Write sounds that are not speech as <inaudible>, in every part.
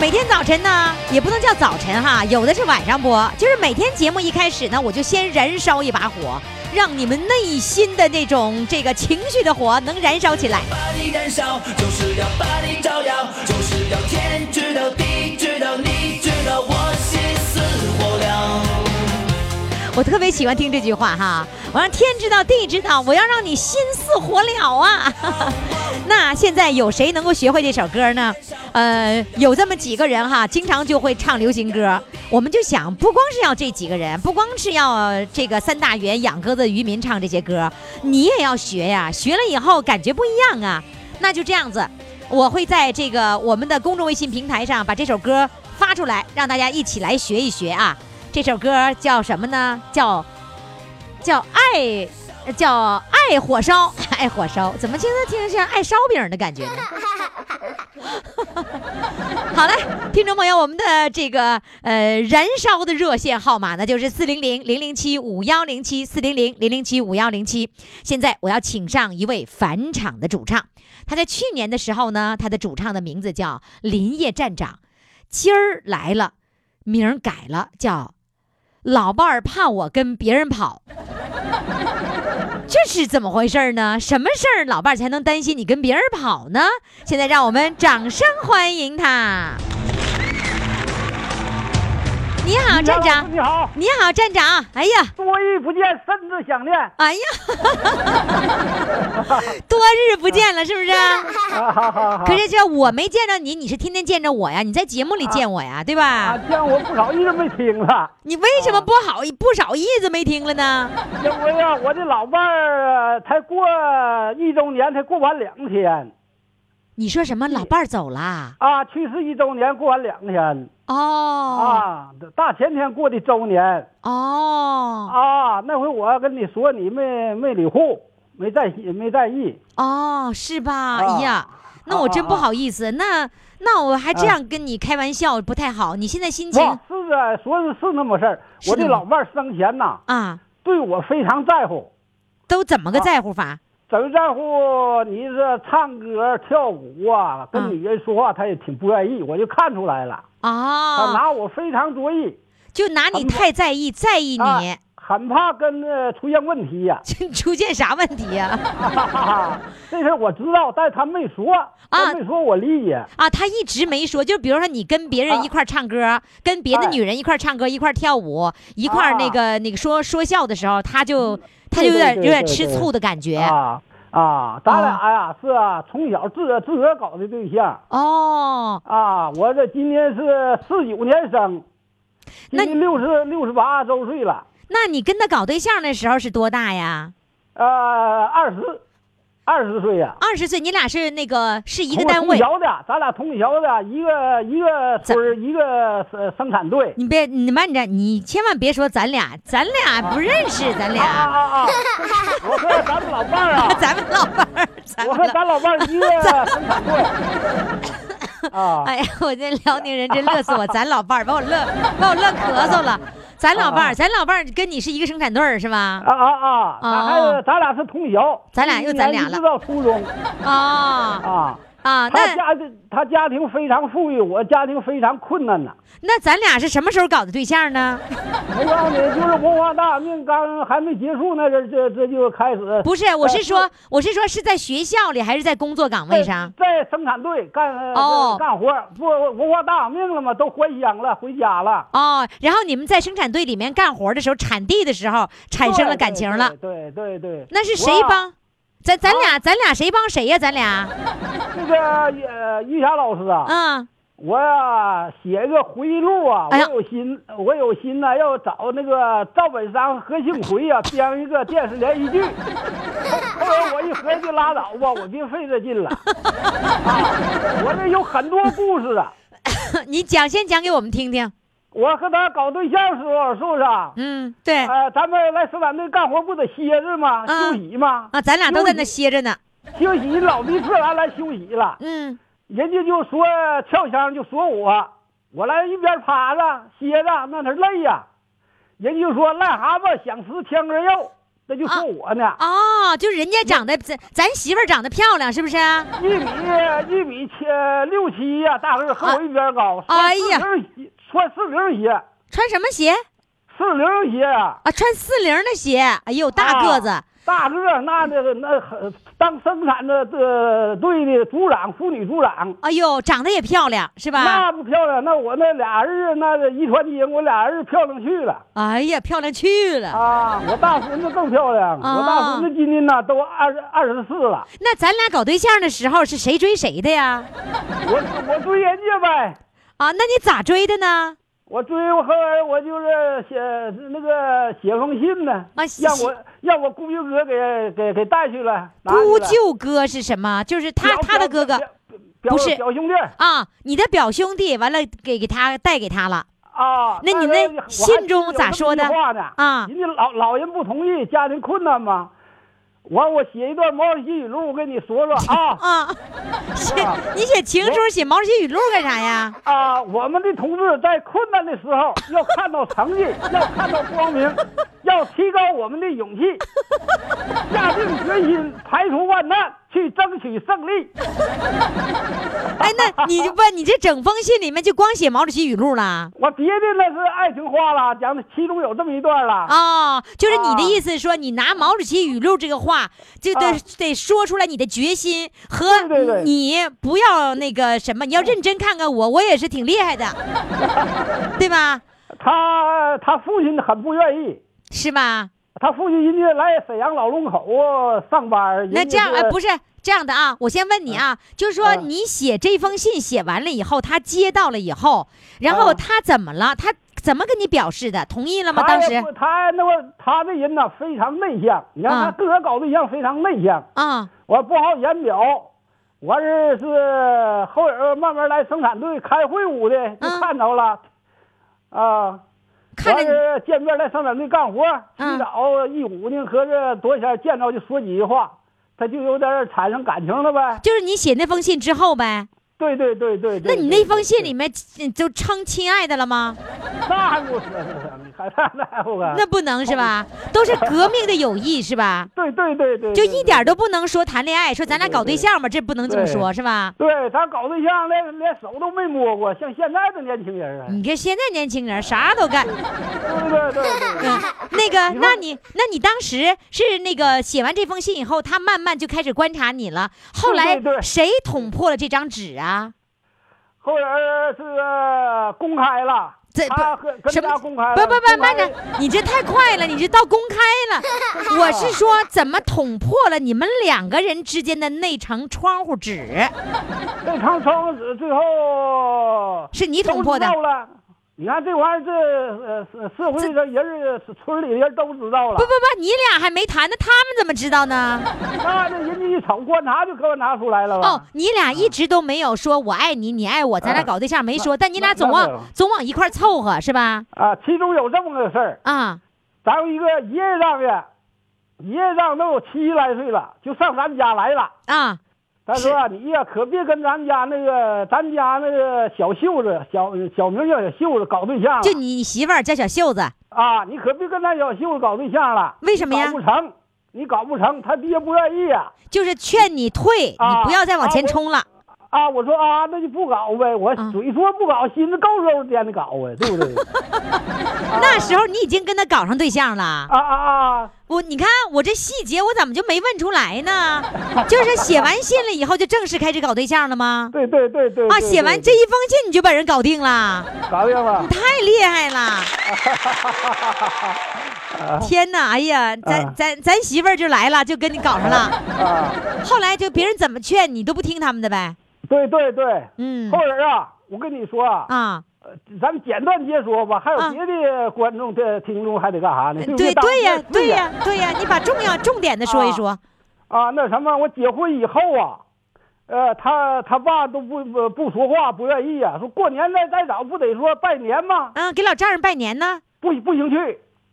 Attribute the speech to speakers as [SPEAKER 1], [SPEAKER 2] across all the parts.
[SPEAKER 1] 每天早晨呢，也不能叫早晨哈，有的是晚上播，就是每天节目一开始呢，我就先燃烧一把火，让你们内心的那种这个情绪的火能燃烧起来。
[SPEAKER 2] 把你燃烧，就是要把你照耀，就是要天知道地知道你知道我心死火燎。
[SPEAKER 1] 我特别喜欢听这句话哈，我让天知道地知道，我要让你心似火燎啊！那现在有谁能够学会这首歌呢？呃，有这么几个人哈，经常就会唱流行歌。我们就想，不光是要这几个人，不光是要呃这个三大员养鸽子渔民唱这些歌，你也要学呀。学了以后感觉不一样啊。那就这样子，我会在这个我们的公众微信平台上把这首歌发出来，让大家一起来学一学啊。这首歌叫什么呢？叫叫爱，呃叫爱火烧， <laughs> 爱火烧，怎么听着听着像爱烧饼的感觉呢？ <laughs> 好了，听众朋友，我们的这个呃燃烧的热线号码呢，就是四零零零零七五幺零七四零零零零七五幺零七。现在我要请上一位返场的主唱，他在去年的时候呢，他的主唱的名字叫林业站长，今儿来了，名儿改了，叫老伴儿怕我跟别人跑。这是怎么回事儿呢？什么事儿老伴儿才能担心你跟别人跑呢？现在让我们掌声欢迎他。你好，站长。
[SPEAKER 3] 你好，
[SPEAKER 1] 你好，站长。哎呀，
[SPEAKER 3] 多日不见，甚至想念。
[SPEAKER 1] 哎呀， <laughs> 多日不见了，是不是？
[SPEAKER 3] 啊哈哈哈
[SPEAKER 1] 可是这我没见着你，你是天天见着我呀，你在节目里见我呀，对
[SPEAKER 3] 啊，
[SPEAKER 1] 吧？
[SPEAKER 3] 见我不少，一直没听了，
[SPEAKER 1] 你为什么不好不少意思没听了呢？
[SPEAKER 3] 因为啊，我的老伴儿呃才过一周年，才过完两天
[SPEAKER 1] 你说什么？老伴儿走了？
[SPEAKER 3] 啊，去世一周年，过完两天
[SPEAKER 1] 哦
[SPEAKER 3] 啊，大前天过的周年
[SPEAKER 1] 哦
[SPEAKER 3] 啊，那回我跟你说，你没没理户，没在意，没在意，
[SPEAKER 1] 哦，是吧？
[SPEAKER 3] 啊
[SPEAKER 1] 哎呀，那我真
[SPEAKER 3] 啊啊
[SPEAKER 1] 不好意思，那那我还这样跟你开玩笑不太好。你现在心
[SPEAKER 3] 不
[SPEAKER 1] 情
[SPEAKER 3] 是啊，说是是那么事儿。
[SPEAKER 1] 是
[SPEAKER 3] 我的
[SPEAKER 1] 那么
[SPEAKER 3] 老伴儿生前呐、
[SPEAKER 1] 啊，
[SPEAKER 3] 对我非常在乎，啊
[SPEAKER 1] 都怎么个在乎法？
[SPEAKER 3] 怎么在乎你是唱歌跳舞啊？
[SPEAKER 1] 嗯
[SPEAKER 3] 跟女人说话，他也挺不愿意，我就看出来了。他
[SPEAKER 1] 哦，
[SPEAKER 3] 拿我非常着意，
[SPEAKER 1] 就拿你太在意，在意
[SPEAKER 3] 啊
[SPEAKER 1] 你，
[SPEAKER 3] 很怕跟呃出现问题呀、
[SPEAKER 1] 出现啥问题呀、
[SPEAKER 3] 哈哈哈， <laughs> 这事儿我知道，但是他没说，他没说我理解。
[SPEAKER 1] 啊？他一直没说，就比如说你跟别人一块儿唱歌，跟别的
[SPEAKER 3] 啊哎啊
[SPEAKER 1] 女人一块儿唱歌，一块儿跳舞，一块儿那个、那个说说笑的时候，他就他就有
[SPEAKER 3] 对
[SPEAKER 1] 点
[SPEAKER 3] 对
[SPEAKER 1] 有点
[SPEAKER 3] 对
[SPEAKER 1] 吃
[SPEAKER 3] 对
[SPEAKER 1] 醋的感觉。
[SPEAKER 3] 啊啊，咱俩呀、是啊，从小自个自个儿搞的对象
[SPEAKER 1] 哦，
[SPEAKER 3] 啊。我这今年是四九年生，今
[SPEAKER 1] 那
[SPEAKER 3] 年六十六十八周岁了，
[SPEAKER 1] 那你跟他搞对象的时候是多大呀？
[SPEAKER 3] 呃，二十二十岁呀、
[SPEAKER 1] 二十岁，你俩是那个是一
[SPEAKER 3] 一
[SPEAKER 1] 个单位
[SPEAKER 3] 同。学的，咱俩同学的，一个一个村儿一个生生产队。
[SPEAKER 1] 你别，你慢着，你千万别说咱俩，咱俩不认识，咱
[SPEAKER 3] 啊啊
[SPEAKER 1] 俩，，
[SPEAKER 3] 啊！啊我和咱们老伴儿啊
[SPEAKER 1] <laughs> 咱们老伴儿，咱
[SPEAKER 3] 我
[SPEAKER 1] 们
[SPEAKER 3] 和
[SPEAKER 1] 老。
[SPEAKER 3] 咱老
[SPEAKER 1] <laughs>
[SPEAKER 3] 伴儿一个生产队。啊，
[SPEAKER 1] 哎呀，我这辽宁人真乐死我！咱老伴儿把我乐把我乐咳嗽了。咱老伴儿，咱老伴儿跟你是一个生产队儿是吧？
[SPEAKER 3] 啊啊啊！咱还有咱俩是同学，
[SPEAKER 1] 哦咱俩又咱俩了
[SPEAKER 3] 一直到初中
[SPEAKER 1] 哦
[SPEAKER 3] 啊。
[SPEAKER 1] 啊，
[SPEAKER 3] 他
[SPEAKER 1] 那
[SPEAKER 3] 家的他家庭非常富裕，我家庭非常困难呐。
[SPEAKER 1] 那咱俩是什么时候搞的对象呢？
[SPEAKER 3] 我告诉你，就是文化大革命刚还没结束那阵儿，这这就开始。
[SPEAKER 1] 不是，我
[SPEAKER 3] 呃
[SPEAKER 1] 是说
[SPEAKER 3] 就，
[SPEAKER 1] 我是说是在学校里还是在工作岗位上？
[SPEAKER 3] 在在生产队干呃
[SPEAKER 1] 哦
[SPEAKER 3] 干活儿，不文化大革命了嘛，都还乡了，回家了，
[SPEAKER 1] 哦，然后你们在生产队里面干活的时候，产地的时候产生了感情了，
[SPEAKER 3] 对对对对对
[SPEAKER 1] 那是谁
[SPEAKER 3] 啊
[SPEAKER 1] 帮？咱咱俩咱俩谁帮谁呀？咱俩
[SPEAKER 3] 这个呃于霞老师啊，
[SPEAKER 1] 啊
[SPEAKER 3] 我呀写个回忆录啊，我
[SPEAKER 1] 哎呀
[SPEAKER 3] 有心，我有心呐、要找那个赵本山、何庆魁呀、啊编一个电视连续剧。 <laughs> 后后哎来我一合计就拉倒吧，我别费这劲了。啊，我这有很多故事啊。
[SPEAKER 1] <laughs> 你讲先讲给我们听听。
[SPEAKER 3] 我和他搞对象时候，是不是啊？
[SPEAKER 1] 嗯，对啊，
[SPEAKER 3] 呃，咱们来生产队干活不得歇着吗？休
[SPEAKER 1] 啊
[SPEAKER 3] 息吗？
[SPEAKER 1] 咱俩都在那歇着呢。
[SPEAKER 3] 休息，老逼自然来休息了。
[SPEAKER 1] 嗯，
[SPEAKER 3] 人家就说跳箱就说我，我来一边趴着歇着，那他累呀、人家就说癞蛤蟆想吃天鹅肉，那就说我呢，
[SPEAKER 1] 啊哦，就是人家长得咱咱媳妇儿长得漂亮，是不是啊？
[SPEAKER 3] 一米一米七六七呀、大个儿和我一边高，
[SPEAKER 1] 啊哎
[SPEAKER 3] 穿
[SPEAKER 1] 呀
[SPEAKER 3] 四零鞋，穿四零鞋，
[SPEAKER 1] 穿什么鞋
[SPEAKER 3] 四零鞋啊，
[SPEAKER 1] 啊？穿四零的鞋。哎呦，大个子。
[SPEAKER 3] 大个儿那那那很当生产的这队的组长，妇女组长。
[SPEAKER 1] 哎呦，长得也漂亮，是吧？
[SPEAKER 3] 那不漂亮，那我那俩儿子，那遗传基因，我俩儿子漂亮去了。
[SPEAKER 1] 哎呀，漂亮去了。
[SPEAKER 3] 啊，我大孙子更漂亮，
[SPEAKER 1] 啊
[SPEAKER 3] 我大孙子今年呢都二十二十四了，
[SPEAKER 1] 那咱俩搞对象的时候是谁追谁的呀？
[SPEAKER 3] 我我追人家呗，
[SPEAKER 1] 啊，那你咋追的呢？
[SPEAKER 3] 我追我后来我就是写那个写封信呢，
[SPEAKER 1] 啊写
[SPEAKER 3] 让我让我姑舅哥给给给带去了，拿去
[SPEAKER 1] 姑
[SPEAKER 3] 了
[SPEAKER 1] 舅哥是什么？就是他
[SPEAKER 3] 表
[SPEAKER 1] 他的哥
[SPEAKER 3] 表
[SPEAKER 1] 哥
[SPEAKER 3] 表
[SPEAKER 1] 不是
[SPEAKER 3] 表兄弟
[SPEAKER 1] 啊，你的表兄弟，完了给给他带给他了。
[SPEAKER 3] 啊。
[SPEAKER 1] 那你
[SPEAKER 3] 当然
[SPEAKER 1] 那
[SPEAKER 3] 我还
[SPEAKER 1] 信中咋说的
[SPEAKER 3] 有这么句话呢
[SPEAKER 1] 啊
[SPEAKER 3] 人家老老人不同意，家庭困难嘛。我我写一段毛主席语录，我跟你说说啊。
[SPEAKER 1] 啊，写你写情书，写毛主席语录干啥呀？
[SPEAKER 3] 啊，我们的同志在困难的时候要看到成
[SPEAKER 1] <laughs>
[SPEAKER 3] 绩，要看到光明，要提高我们的勇
[SPEAKER 1] <laughs>
[SPEAKER 3] 气，下定决心排除万难去争取胜利。
[SPEAKER 1] <laughs> 哎，那你就不，你这整封信里面就光写毛主席语录了
[SPEAKER 3] 我别的那是爱情话了，讲的其中有这么一段了。
[SPEAKER 1] 啊？就是你的意思说，你拿毛主席语录这个话，就得、
[SPEAKER 3] 啊
[SPEAKER 1] 得说出来你的决心和
[SPEAKER 3] 对对
[SPEAKER 1] 你不要那个什么，你要认真看看我，我也是挺
[SPEAKER 3] <laughs>
[SPEAKER 1] 厉害的，对吧？
[SPEAKER 3] 他他父亲很不愿意，
[SPEAKER 1] 是吧？
[SPEAKER 3] 他父亲人家来沈阳老龙口上班，
[SPEAKER 1] 那这样哎，不
[SPEAKER 3] 是
[SPEAKER 1] 是这样的啊，我先问你啊，就是说
[SPEAKER 3] 啊
[SPEAKER 1] 你写这封信写完了以后，他接到了以后，然后
[SPEAKER 3] 啊
[SPEAKER 1] 他怎么了？他怎么跟你表示的？同意了吗？
[SPEAKER 3] 他
[SPEAKER 1] 当
[SPEAKER 3] 也
[SPEAKER 1] 时
[SPEAKER 3] 不他那个他这人呐非常内向，你看
[SPEAKER 1] 啊
[SPEAKER 3] 他自个儿搞对象非常内向。
[SPEAKER 1] 啊
[SPEAKER 3] 我不好言表，完事是后边慢慢来生产队开会务的就看着了，啊，
[SPEAKER 1] 看
[SPEAKER 3] 完
[SPEAKER 1] 着你
[SPEAKER 3] 事见面来生产队干活，
[SPEAKER 1] 嗯
[SPEAKER 3] 一早一午呢，合着多少天见着就说几句话，他就有点产生感情了呗。
[SPEAKER 1] 就是你写那封信之后呗。
[SPEAKER 3] 对对对对
[SPEAKER 1] 那
[SPEAKER 3] 对。
[SPEAKER 1] 你
[SPEAKER 3] 对
[SPEAKER 1] 那封信里面嗯就称亲爱的了吗？
[SPEAKER 3] 那还不是啊你还那不啊
[SPEAKER 1] <laughs> 那？不能是吧？都是革命的友谊是吧？
[SPEAKER 3] <laughs> 对对对对，
[SPEAKER 1] 就
[SPEAKER 3] 对
[SPEAKER 1] 一。点都不能说谈恋爱，说咱俩搞对象嘛，这不能这么
[SPEAKER 3] 对
[SPEAKER 1] 说是吧？
[SPEAKER 3] 对他搞对象连连手都没摸过，像现在的年轻人啊，
[SPEAKER 1] 你看现在年轻人啥都干。嗯
[SPEAKER 3] 对对对对对。
[SPEAKER 1] 那个，那你那你当时是那个写完这封信以后，他慢慢就开始观察你了。后来
[SPEAKER 3] 对对
[SPEAKER 1] 谁捅破了这张纸啊？
[SPEAKER 3] 后来是呃公开了，
[SPEAKER 1] 这
[SPEAKER 3] 他跟
[SPEAKER 1] 什
[SPEAKER 3] 跟
[SPEAKER 1] 么
[SPEAKER 3] 家公开了，
[SPEAKER 1] 不不
[SPEAKER 3] 公
[SPEAKER 1] 不，
[SPEAKER 3] 开
[SPEAKER 1] 慢着，你这太快了，你这到公开
[SPEAKER 3] <laughs>
[SPEAKER 1] 了。我是说，怎么捅破了你们两个人之间的那层窗户纸？
[SPEAKER 3] 这长窗子呃最后
[SPEAKER 1] 是你捅破的
[SPEAKER 3] 都知道了。你看这玩意儿，这呃社社会的人儿、村里的人都知道了
[SPEAKER 1] 不不。不，你俩还没谈呢，他们怎么知道呢？
[SPEAKER 3] <laughs> 那这人家一瞅，观察就给我拿出来了吧？嗯啊
[SPEAKER 1] 哦，你俩一直都没有说我爱你，你爱我，咱俩搞对象没说，但你俩
[SPEAKER 3] 那
[SPEAKER 1] 总
[SPEAKER 3] 那没
[SPEAKER 1] 往
[SPEAKER 3] 有
[SPEAKER 1] 总往一块儿凑合是吧？
[SPEAKER 3] 啊，其中有这么个事儿，
[SPEAKER 1] 啊，
[SPEAKER 3] 咱有一个爷爷丈爷，爷爷丈都有七十来岁了，就上咱们家来了。
[SPEAKER 1] 啊，
[SPEAKER 3] 他说啊：“你呀，可别跟咱家那个咱家那个小秀子，小小名叫小秀子搞对象了。
[SPEAKER 1] 就你媳妇儿叫小秀子，
[SPEAKER 3] 啊，你可别跟那小秀搞对象了。
[SPEAKER 1] 为什么呀
[SPEAKER 3] 搞不成，你搞不成，他爹不愿意啊。
[SPEAKER 1] 就是劝你退，
[SPEAKER 3] 啊
[SPEAKER 1] 你不要再往前冲了。
[SPEAKER 3] 啊，我说啊，那就不搞呗。我
[SPEAKER 1] 啊
[SPEAKER 3] 嘴说不搞，心思够肉颠的搞啊，对不对？
[SPEAKER 1] 那时候你已经跟他搞上对象了。
[SPEAKER 3] 啊啊啊！
[SPEAKER 1] 我你看我这细节我怎么就没问出来呢？ <laughs> 就是写完信了以后就正式开始搞对象了吗？
[SPEAKER 3] 对对对对。
[SPEAKER 1] 啊，
[SPEAKER 3] 对
[SPEAKER 1] 写完这
[SPEAKER 3] 对
[SPEAKER 1] 一封信你就把人搞定了，
[SPEAKER 3] 搞定了
[SPEAKER 1] 你。太厉
[SPEAKER 3] <laughs>
[SPEAKER 1] 害了！天哪，哎呀，咱
[SPEAKER 3] 啊
[SPEAKER 1] 咱咱媳妇儿就来了，就跟你搞上了。
[SPEAKER 3] 啊，
[SPEAKER 1] 后来就别人怎么劝你都不听他们的呗。
[SPEAKER 3] 对对对。
[SPEAKER 1] 嗯
[SPEAKER 3] 后人啊，我跟你说啊，
[SPEAKER 1] 啊，
[SPEAKER 3] 呃咱们简短截说吧，还有
[SPEAKER 1] 啊
[SPEAKER 3] 别的观众这听众还得干啥呢？不
[SPEAKER 1] 对
[SPEAKER 3] 大伙儿
[SPEAKER 1] 对呀
[SPEAKER 3] 认，识
[SPEAKER 1] 对呀，对呀，你把重要重点的说一说。
[SPEAKER 3] 啊，那什么，我结婚以后啊，呃，他他爸都不不不说话，不愿意呀、啊说过年再再找不得说拜年吗？
[SPEAKER 1] 啊，给老丈人拜年呢，
[SPEAKER 3] 不不行去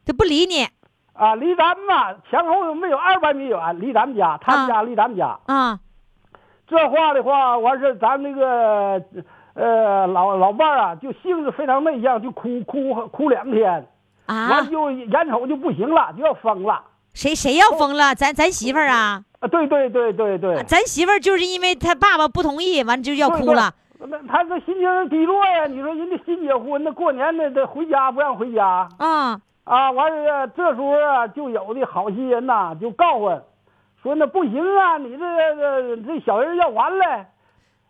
[SPEAKER 1] 他不理你
[SPEAKER 3] 啊，离咱们呐前后没有二百米远，离咱们家，他们家离咱们家。
[SPEAKER 1] 啊
[SPEAKER 3] 这话的话，完事儿咱那个呃老老伴儿啊，就性子非常内向，就哭哭哭两天，完
[SPEAKER 1] 啊！
[SPEAKER 3] 就眼瞅就不行了，就要疯了。
[SPEAKER 1] 谁谁要疯了？咱咱媳妇儿啊，
[SPEAKER 3] 啊，对对对对对，
[SPEAKER 1] 咱媳妇儿就是因为她爸爸不同意，完就要哭了。
[SPEAKER 3] 对。对那他这心情低落呀，你说人家新结婚，那过年那得回家不让回家
[SPEAKER 1] 啊
[SPEAKER 3] 啊，完事儿这时候啊，就有的好心人呐、就告唤，说那不行啊，你这这这小人要完了。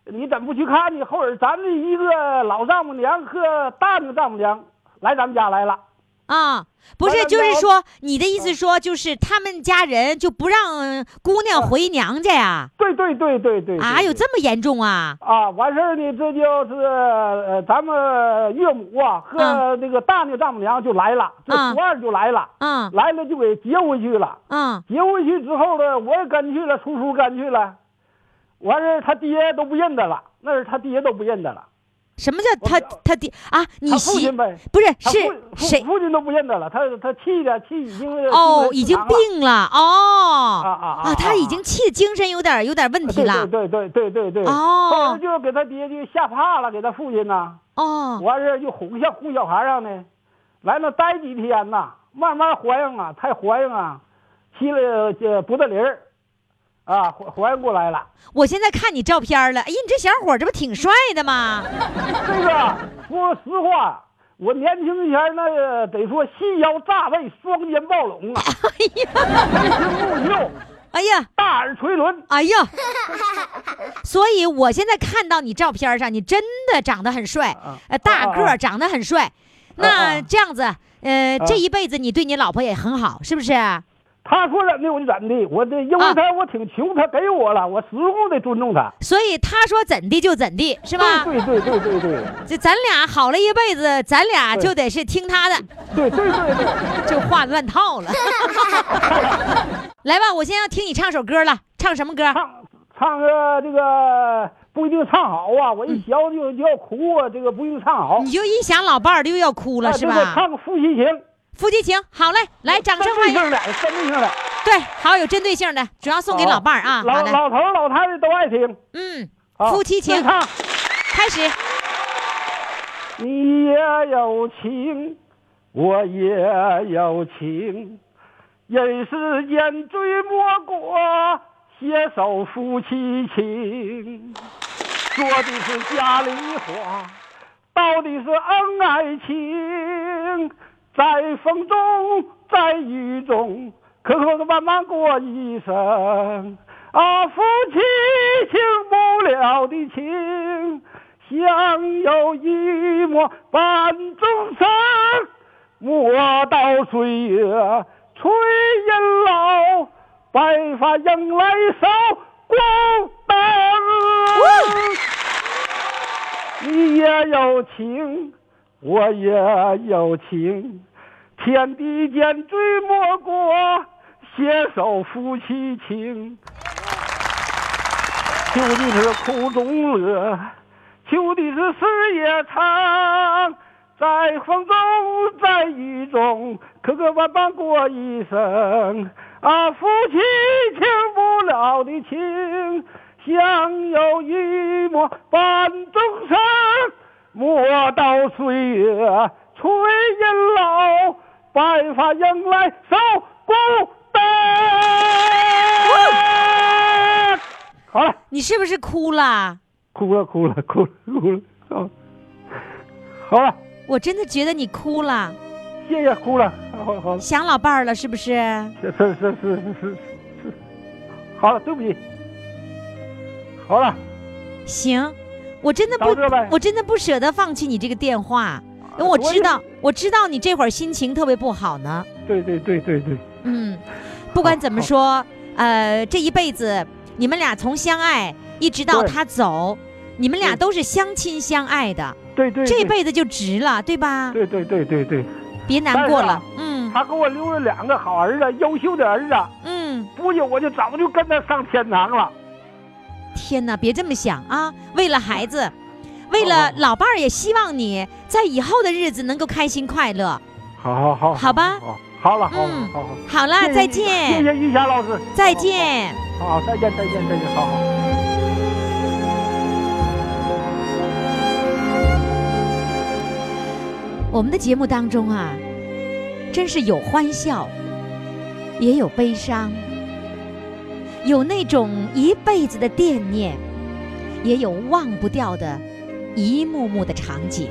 [SPEAKER 3] 你怎么不去看呢？后儿咱这一个老丈母娘和大的丈母娘来咱们家来了，
[SPEAKER 1] 啊，不
[SPEAKER 3] 完
[SPEAKER 1] 是，
[SPEAKER 3] 了
[SPEAKER 1] 就是
[SPEAKER 3] 聊
[SPEAKER 1] 说你的意思说，就是他们家人就不让姑
[SPEAKER 3] 啊
[SPEAKER 1] 娘回娘家呀？
[SPEAKER 3] 对对对对对。对
[SPEAKER 1] 啊，有这么严重啊？
[SPEAKER 3] 啊，完事儿呢，这就是呃，咱们岳母啊和
[SPEAKER 1] 嗯
[SPEAKER 3] 那个大的丈母娘就来了，这
[SPEAKER 1] 嗯
[SPEAKER 3] 初二就来了，
[SPEAKER 1] 啊
[SPEAKER 3] 来了就给接回去了。
[SPEAKER 1] 啊
[SPEAKER 3] 接回去之后呢，我也跟去了，叔叔跟去了，完事儿他爹都不认得了，那是他爹都不认得了，
[SPEAKER 1] 什么叫他他爹啊？
[SPEAKER 3] 他
[SPEAKER 1] 你
[SPEAKER 3] 父
[SPEAKER 1] 媳
[SPEAKER 3] 亲呗，
[SPEAKER 1] 不是
[SPEAKER 3] 他
[SPEAKER 1] 是
[SPEAKER 3] 父父
[SPEAKER 1] 谁？
[SPEAKER 3] 父亲都不认得了，他他气的气已经
[SPEAKER 1] 哦，已经
[SPEAKER 3] 长了
[SPEAKER 1] 病了哦
[SPEAKER 3] 啊啊啊
[SPEAKER 1] 他
[SPEAKER 3] 啊
[SPEAKER 1] 已经气得精神有点有点问题了
[SPEAKER 3] 对对对对对对，
[SPEAKER 1] 哦
[SPEAKER 3] 后来就给他爹就吓怕了，给他父亲呐、
[SPEAKER 1] 哦
[SPEAKER 3] 完事儿就哄像哄小孩儿样的，来那待几天呐，慢慢怀上啊，太怀上啊，吸了这不得灵儿，啊，怀怀上过来了。
[SPEAKER 1] 我现在看你照片了，哎呀，你这小伙儿这不挺帅的吗？
[SPEAKER 3] 这个啊说实话，我年轻前儿那得说细腰炸背，双肩抱拢
[SPEAKER 1] <laughs>
[SPEAKER 3] 啊，眉清目秀，
[SPEAKER 1] 哎呀，
[SPEAKER 3] 大耳垂轮，
[SPEAKER 1] 哎呀，所以我现在看到你照片上，你真的长得很帅
[SPEAKER 3] 啊，
[SPEAKER 1] 呃，大个
[SPEAKER 3] 啊
[SPEAKER 1] 儿
[SPEAKER 3] 啊
[SPEAKER 1] 长得很帅。
[SPEAKER 3] 啊
[SPEAKER 1] 那
[SPEAKER 3] 啊
[SPEAKER 1] 这样子，呃，这一辈子你对你老婆也很好，是不是？
[SPEAKER 3] 他说怎的我就怎的，我这因为
[SPEAKER 1] 啊
[SPEAKER 3] 他我挺穷，他给我了，我始终得尊重他。
[SPEAKER 1] 所以他说怎地就怎地，是吧？
[SPEAKER 3] 对对对对对对
[SPEAKER 1] 这咱俩好了一辈子，咱俩就得是听他的。
[SPEAKER 3] 对对对对。
[SPEAKER 1] <laughs> 这话乱套
[SPEAKER 3] <laughs>
[SPEAKER 1] 了。来吧，我现在要听你唱首歌了，唱什么歌？
[SPEAKER 3] 唱唱个这个不一定唱好啊，我一想就就要哭啊，这个不一定唱好
[SPEAKER 1] 嗯你，就一想老伴儿就又要哭了，
[SPEAKER 3] 那
[SPEAKER 1] 是
[SPEAKER 3] 就是
[SPEAKER 1] 吧？
[SPEAKER 3] 啊唱个夫妻情，
[SPEAKER 1] 夫妻情，好嘞，来，掌声
[SPEAKER 3] 针
[SPEAKER 1] 欢
[SPEAKER 3] 对
[SPEAKER 1] 迎。
[SPEAKER 3] 性的，针对性的，
[SPEAKER 1] 对，好有针对性的，主要送给老伴儿啊。
[SPEAKER 3] 老
[SPEAKER 1] 好嘞，
[SPEAKER 3] 老头儿老太太都爱听。
[SPEAKER 1] 嗯，
[SPEAKER 3] 啊
[SPEAKER 1] 夫妻情
[SPEAKER 3] 对唱
[SPEAKER 1] 开始。
[SPEAKER 3] 你也有情，我也有情，人世间最莫过携手夫妻情。说的是家里话，道的是恩爱情，在风中，在雨中，磕磕绊绊过一生。啊，夫妻情不了的情，相友一抹伴终生。莫道岁月催人老，白发迎来少光灯。你也有情，我也有情，天地间最莫过携手夫妻情。求的是苦中乐，求的是事业长，在风中，在雨中，磕磕绊绊过一生。啊，夫妻情不了的情，相友一抹伴终生。莫道岁月催人老，白发迎来少孤单。哎好了。
[SPEAKER 1] 你是不是哭了？
[SPEAKER 3] 哭了，哭了，哭了，哭了，好，好了，
[SPEAKER 1] 我真的觉得你哭了，
[SPEAKER 3] 谢谢，哭了，好了，好了，
[SPEAKER 1] 想老伴儿了，是不是？
[SPEAKER 3] 是是是是是是是，好了，对不起，好了，
[SPEAKER 1] 行，我真的不
[SPEAKER 3] 到这呗，啊
[SPEAKER 1] 我真的不舍得放弃你这个电话，因为我知道，我知道你这会儿心情特别不好呢。
[SPEAKER 3] 对对对对对，
[SPEAKER 1] 嗯，不管怎么说，呃，这一辈子你们俩从相爱一直到
[SPEAKER 3] 对
[SPEAKER 1] 他走，你们俩都是相亲相爱的，
[SPEAKER 3] 对对，
[SPEAKER 1] 这
[SPEAKER 3] 对
[SPEAKER 1] 辈子就值了，对吧？
[SPEAKER 3] 对对对对对，
[SPEAKER 1] 别难过了，
[SPEAKER 3] 啊
[SPEAKER 1] 嗯
[SPEAKER 3] 他给我留了两个好儿子，优秀的儿子，
[SPEAKER 1] 嗯，
[SPEAKER 3] 不久我就早就跟他上天堂了。
[SPEAKER 1] 天哪，别这么想啊！为了孩子，为了老伴儿，也希望你在以后的日子能够开心快乐。
[SPEAKER 3] 好好好，
[SPEAKER 1] 好吧
[SPEAKER 3] 好，好了，好了
[SPEAKER 1] 嗯，
[SPEAKER 3] 好好，
[SPEAKER 1] 好了，再见，
[SPEAKER 3] 谢谢玉霞老师，
[SPEAKER 1] 再见。
[SPEAKER 3] 好，好，好再见，再见，再见，好好。
[SPEAKER 1] 我们的节目当中啊，真是有欢笑，也有悲伤，有那种一辈子的惦念，也有忘不掉的一幕幕的场景。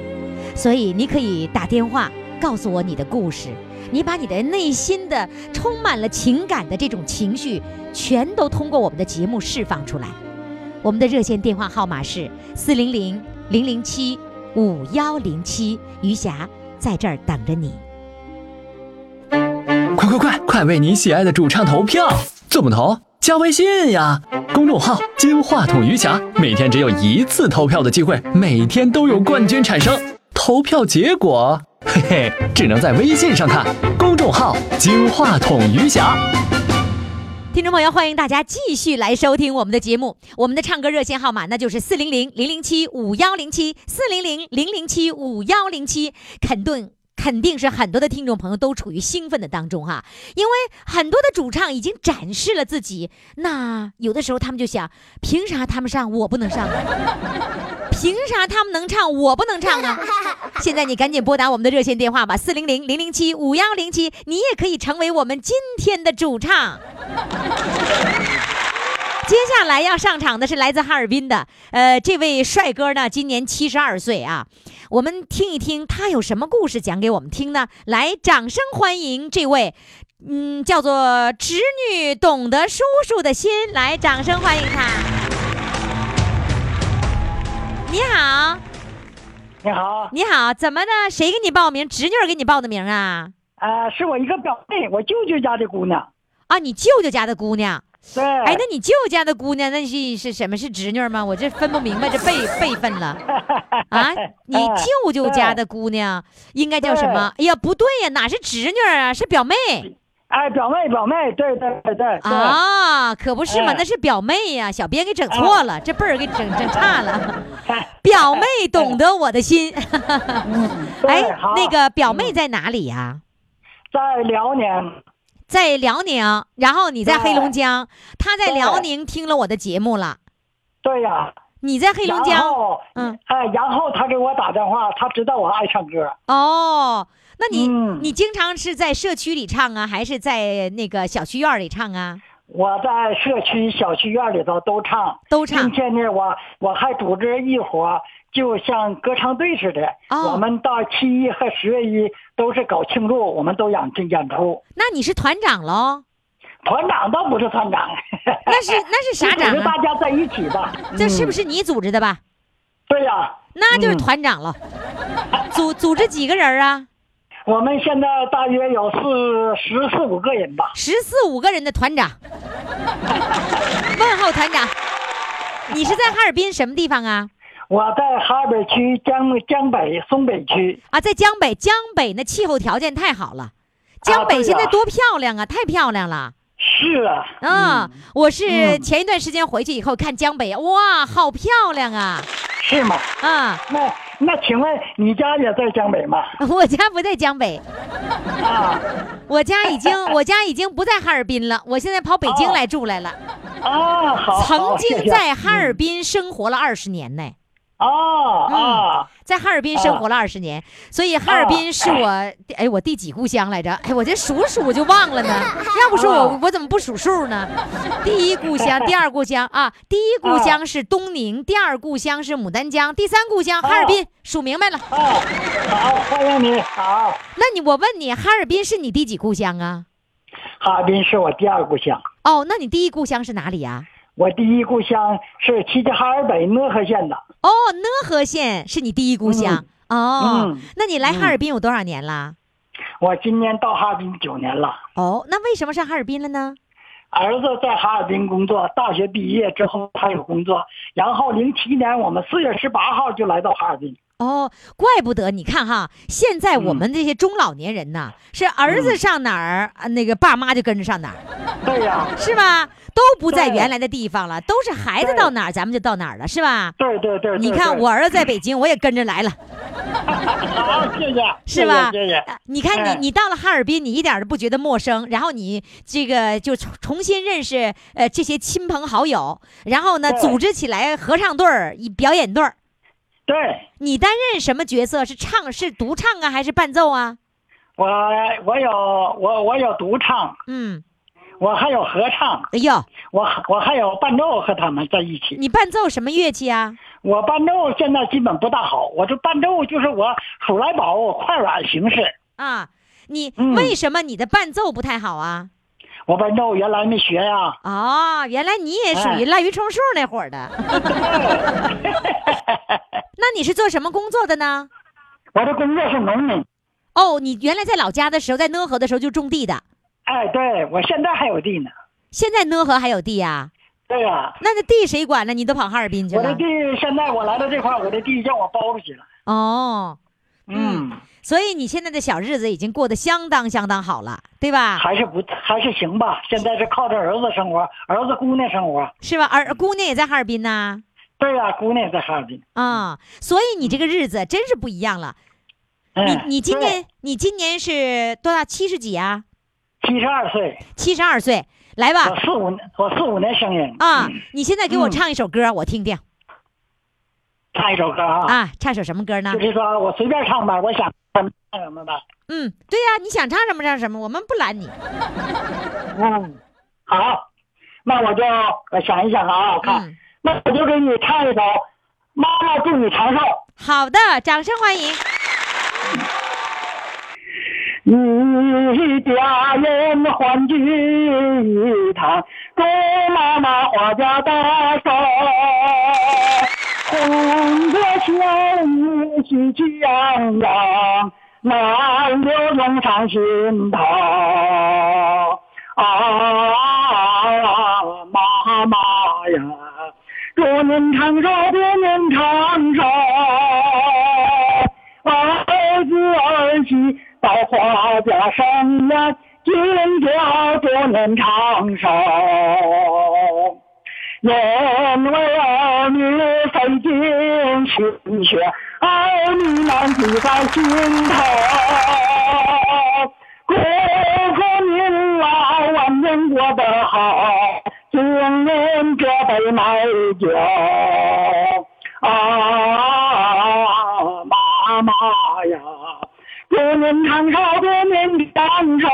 [SPEAKER 1] 所以你可以打电话告诉我你的故事，你把你的内心的充满了情感的这种情绪，全都通过我们的节目释放出来。我们的热线电话号码是四零零零零七五幺零七，余霞在这儿等着你。
[SPEAKER 4] 快快快，快为你喜爱的主唱投票！怎么投？加微信呀，公众号“金话筒余霞”，每天只有一次投票的机会，每天都有冠军产生。投票结果，嘿嘿，只能在微信上看。公众号“金话筒余霞”。
[SPEAKER 1] 听众朋友，欢迎大家继续来收听我们的节目。我们的唱歌热线号码那就是四零零零零七五幺零七，四零零零零七五幺零七。肯顿肯定是很多的听众朋友都处于兴奋的当中哈，因为很多的主唱已经展示了自己。那有的时候他们就想，凭啥他们上我不能上？凭啥他们能唱我不能唱啊？现在你赶紧拨打我们的热线电话吧，四零零零零七五幺零七，你也可以成为我们今天的主唱。接下来要上场的是来自哈尔滨的，呃，这位帅哥呢，今年七十二岁啊。我们听一听他有什么故事讲给我们听呢？来，掌声欢迎这位，嗯，叫做侄女懂得叔叔的心，来，掌声欢迎他。你好，
[SPEAKER 5] 你好，
[SPEAKER 1] 你好，怎么的？谁给你报名？侄女儿给你报的名啊？
[SPEAKER 5] 呃，是我一个表妹，我舅舅家的姑娘。
[SPEAKER 1] 啊，你舅舅家的姑娘。
[SPEAKER 5] 对，
[SPEAKER 1] 哎，那你舅家的姑娘，那是是什么是侄女儿吗？我这分不明白这
[SPEAKER 5] <laughs>
[SPEAKER 1] 辈辈分了啊！你舅舅家的姑娘应该叫什么？哎呀，不对呀，哪是侄女儿啊？是表妹
[SPEAKER 5] 哎，表妹，表妹，对对对对，
[SPEAKER 1] 啊，可不是嘛，
[SPEAKER 5] 哎
[SPEAKER 1] 那是表妹呀、小编给整错了，这辈儿给整整差了。
[SPEAKER 5] <laughs> 哎嗯
[SPEAKER 1] 表妹懂得我的心， <laughs>
[SPEAKER 5] 对
[SPEAKER 1] 哎
[SPEAKER 5] 好，嗯
[SPEAKER 1] 那个表妹在哪里呀、
[SPEAKER 5] 在辽宁，
[SPEAKER 1] 在辽宁，然后你在黑龙江，她在
[SPEAKER 5] 对
[SPEAKER 1] 辽宁听了我的节目了，
[SPEAKER 5] 对呀、
[SPEAKER 1] 你在黑龙
[SPEAKER 5] 然
[SPEAKER 1] 江。
[SPEAKER 5] 后，
[SPEAKER 1] 嗯，
[SPEAKER 5] 哎，然后他给我打电话，他知道我爱唱歌，
[SPEAKER 1] 哦，那你、
[SPEAKER 5] 嗯
[SPEAKER 1] 你经常是在社区里唱啊，还是在那个小区院儿里唱啊？
[SPEAKER 5] 我在社区、小区院里头都唱，
[SPEAKER 1] 都唱
[SPEAKER 5] 今天呢，我我还组织一伙，就像歌唱队似的，
[SPEAKER 1] 哦
[SPEAKER 5] 我们到七一和十月一都是搞庆祝，我们都演演出。
[SPEAKER 1] 那你是团长喽？
[SPEAKER 5] 团长倒不是团长，
[SPEAKER 1] 那是那是啥
[SPEAKER 5] 组
[SPEAKER 1] 长
[SPEAKER 5] 织
[SPEAKER 1] 啊
[SPEAKER 5] 大？家在一起吧。嗯
[SPEAKER 1] 这是不是你组织的吧？
[SPEAKER 5] 对呀、嗯
[SPEAKER 1] 那就是团长了。组组织几个人啊？
[SPEAKER 5] 我们现在大约有四十四五个人吧。
[SPEAKER 1] 十四五个人的团
[SPEAKER 5] <laughs>
[SPEAKER 1] 长。问候团长，你是在哈尔滨什么地方啊？
[SPEAKER 5] 我在哈尔滨区江江北松北区，啊
[SPEAKER 1] 啊，在江北，江北那气候条件太好了，江
[SPEAKER 5] 对
[SPEAKER 1] 北
[SPEAKER 5] 呀
[SPEAKER 1] 现在多漂亮啊，太漂亮了。
[SPEAKER 5] 是啊，
[SPEAKER 1] 啊，我是前一段时间回去以后看江北，哇，好漂亮啊！
[SPEAKER 5] 是吗？
[SPEAKER 1] 啊，
[SPEAKER 5] 那那请问你家也在江北吗？
[SPEAKER 1] <laughs> 我家不在江北，
[SPEAKER 5] 啊
[SPEAKER 1] 我家已经我家已经不在哈尔滨了，我现在跑北
[SPEAKER 5] 哦
[SPEAKER 1] 京来住来了。
[SPEAKER 5] 啊，好，
[SPEAKER 1] 曾
[SPEAKER 5] 好谢嗯
[SPEAKER 1] 经
[SPEAKER 5] 谢
[SPEAKER 1] 在哈尔滨生活了二十年呢，嗯
[SPEAKER 5] 啊啊，
[SPEAKER 1] 在哈尔滨生活了二十年，所以哈尔滨
[SPEAKER 5] 哦
[SPEAKER 1] 是我哎我第几故乡来着？哎，我这数数我就忘了呢，要不说
[SPEAKER 5] 哦
[SPEAKER 1] 我我怎么不数数呢？第一故乡，第二故乡啊，第一
[SPEAKER 5] 哦
[SPEAKER 1] 故乡是东宁，第二故乡是牡丹江，第三故乡哈尔滨，数明白了。
[SPEAKER 5] 啊，好，欢迎你，好，
[SPEAKER 1] 那你我问你，哈尔滨是你第几故乡啊？
[SPEAKER 5] 哈尔滨是我第二故乡，
[SPEAKER 1] 哦，那你第一故乡是哪里啊呀、
[SPEAKER 5] 我第一故乡是齐齐哈尔北讷河县的，
[SPEAKER 1] 哦，讷河县是你第一故乡。哦，
[SPEAKER 5] 嗯
[SPEAKER 1] 那你来哈尔滨有多少年啦？
[SPEAKER 5] 我今年到哈尔滨九年了。
[SPEAKER 1] 哦，那为什么上哈尔滨了呢？
[SPEAKER 6] 儿子在哈尔滨工作，大学毕业之后他有工作，然后零七年我们四月十八号就来到哈尔滨。嗯
[SPEAKER 1] 哦，怪不得你看哈，现在我们这些中老年人呐，是儿子上哪儿，啊那个爸妈就跟着上哪儿，
[SPEAKER 6] 对呀、
[SPEAKER 1] 是吧？都不在
[SPEAKER 6] 对
[SPEAKER 1] 原来的地方了，都是孩子
[SPEAKER 6] 对
[SPEAKER 1] 到哪儿，咱们就到哪儿了，是吧？
[SPEAKER 6] 对对对对
[SPEAKER 1] 你看
[SPEAKER 6] 对
[SPEAKER 1] 我儿子在北京，我也跟着来了，
[SPEAKER 6] 好，谢谢，
[SPEAKER 1] 是吧？
[SPEAKER 6] 谢谢谢谢。
[SPEAKER 1] 呃你看
[SPEAKER 6] 哎
[SPEAKER 1] 你，你到了哈尔滨，你一点儿都不觉得陌生，然后你这个就重重新认识呃这些亲朋好友，然后呢，
[SPEAKER 6] 对
[SPEAKER 1] 组织起来合唱队儿、以表演队儿。
[SPEAKER 6] 对
[SPEAKER 1] 你担任什么角色？是唱是独唱啊，还是伴奏啊？
[SPEAKER 6] 我我有我我有独唱，
[SPEAKER 1] 嗯，
[SPEAKER 6] 我还有合唱，
[SPEAKER 1] 哎呦，
[SPEAKER 6] 我我还有伴奏和他们在一起。
[SPEAKER 1] 你伴奏什么乐器啊？
[SPEAKER 6] 我伴奏现在基本不大好，我这伴奏就是我数来宝，我快板形式。
[SPEAKER 1] 啊，你、
[SPEAKER 6] 嗯
[SPEAKER 1] 为什么你的伴奏不太好啊？
[SPEAKER 6] 我伴奏原来没学呀、
[SPEAKER 1] 哦，原来你也属于
[SPEAKER 6] 哎
[SPEAKER 1] 滥竽充数那伙儿
[SPEAKER 6] <laughs>
[SPEAKER 1] 的。那你是做什么工作的呢？
[SPEAKER 6] 我的工作是农民。
[SPEAKER 1] 哦，你原来在老家的时候，在讷河的时候就种地的，
[SPEAKER 6] 哎，对我现在还有地呢。
[SPEAKER 1] 现在讷河还有地呀、
[SPEAKER 6] 对呀、
[SPEAKER 1] 那那地谁管呢？你都跑哈尔滨去
[SPEAKER 6] 我的
[SPEAKER 1] 了
[SPEAKER 6] 地。现在我来到这块儿，我的地让我包出去了。
[SPEAKER 1] 哦，
[SPEAKER 6] 嗯，
[SPEAKER 1] 所以你现在的小日子已经过得相当相当好了，对吧？
[SPEAKER 6] 还是不还是行吧。现在是靠着儿子生活，儿子姑娘生活。
[SPEAKER 1] 是吧？儿姑娘也在哈尔滨呐、
[SPEAKER 6] 对呀、姑娘也在哈尔滨。
[SPEAKER 1] 啊、所以你这个日子真是不一样了。
[SPEAKER 6] 嗯，
[SPEAKER 1] 你你今
[SPEAKER 6] 对
[SPEAKER 1] 年你今年是多大？七十几啊？
[SPEAKER 6] 七十二岁，
[SPEAKER 1] 七十二岁，来
[SPEAKER 6] 我
[SPEAKER 1] 吧
[SPEAKER 6] 四五我四五年生人，
[SPEAKER 1] 啊！你现在给我
[SPEAKER 6] 嗯
[SPEAKER 1] 唱一首歌，我听听
[SPEAKER 6] 唱一首歌啊，
[SPEAKER 1] 啊，唱首什么歌呢
[SPEAKER 6] 就？是说我随便唱吧，我想唱什么吧。
[SPEAKER 1] 嗯，对呀、你想唱什么唱什么，我们不拦你。
[SPEAKER 6] 嗯，好，那我就我想一想啊，我看，
[SPEAKER 1] 嗯
[SPEAKER 6] 那我就给你唱一首《妈妈祝你长寿》。
[SPEAKER 1] 好的，掌声欢迎。
[SPEAKER 6] 一家人欢聚一堂，祝妈妈阖家大寿。红的喜喜气洋洋，满流涌上心头。啊，妈妈呀！祝您长寿，祝您长寿，儿子儿媳到花家生呀，今朝祝您长寿。因为儿女费尽心血，儿女难记在心头。祝福您老晚年过得好，敬您这杯美酒。啊，妈妈呀，祝您长寿，祝您长寿。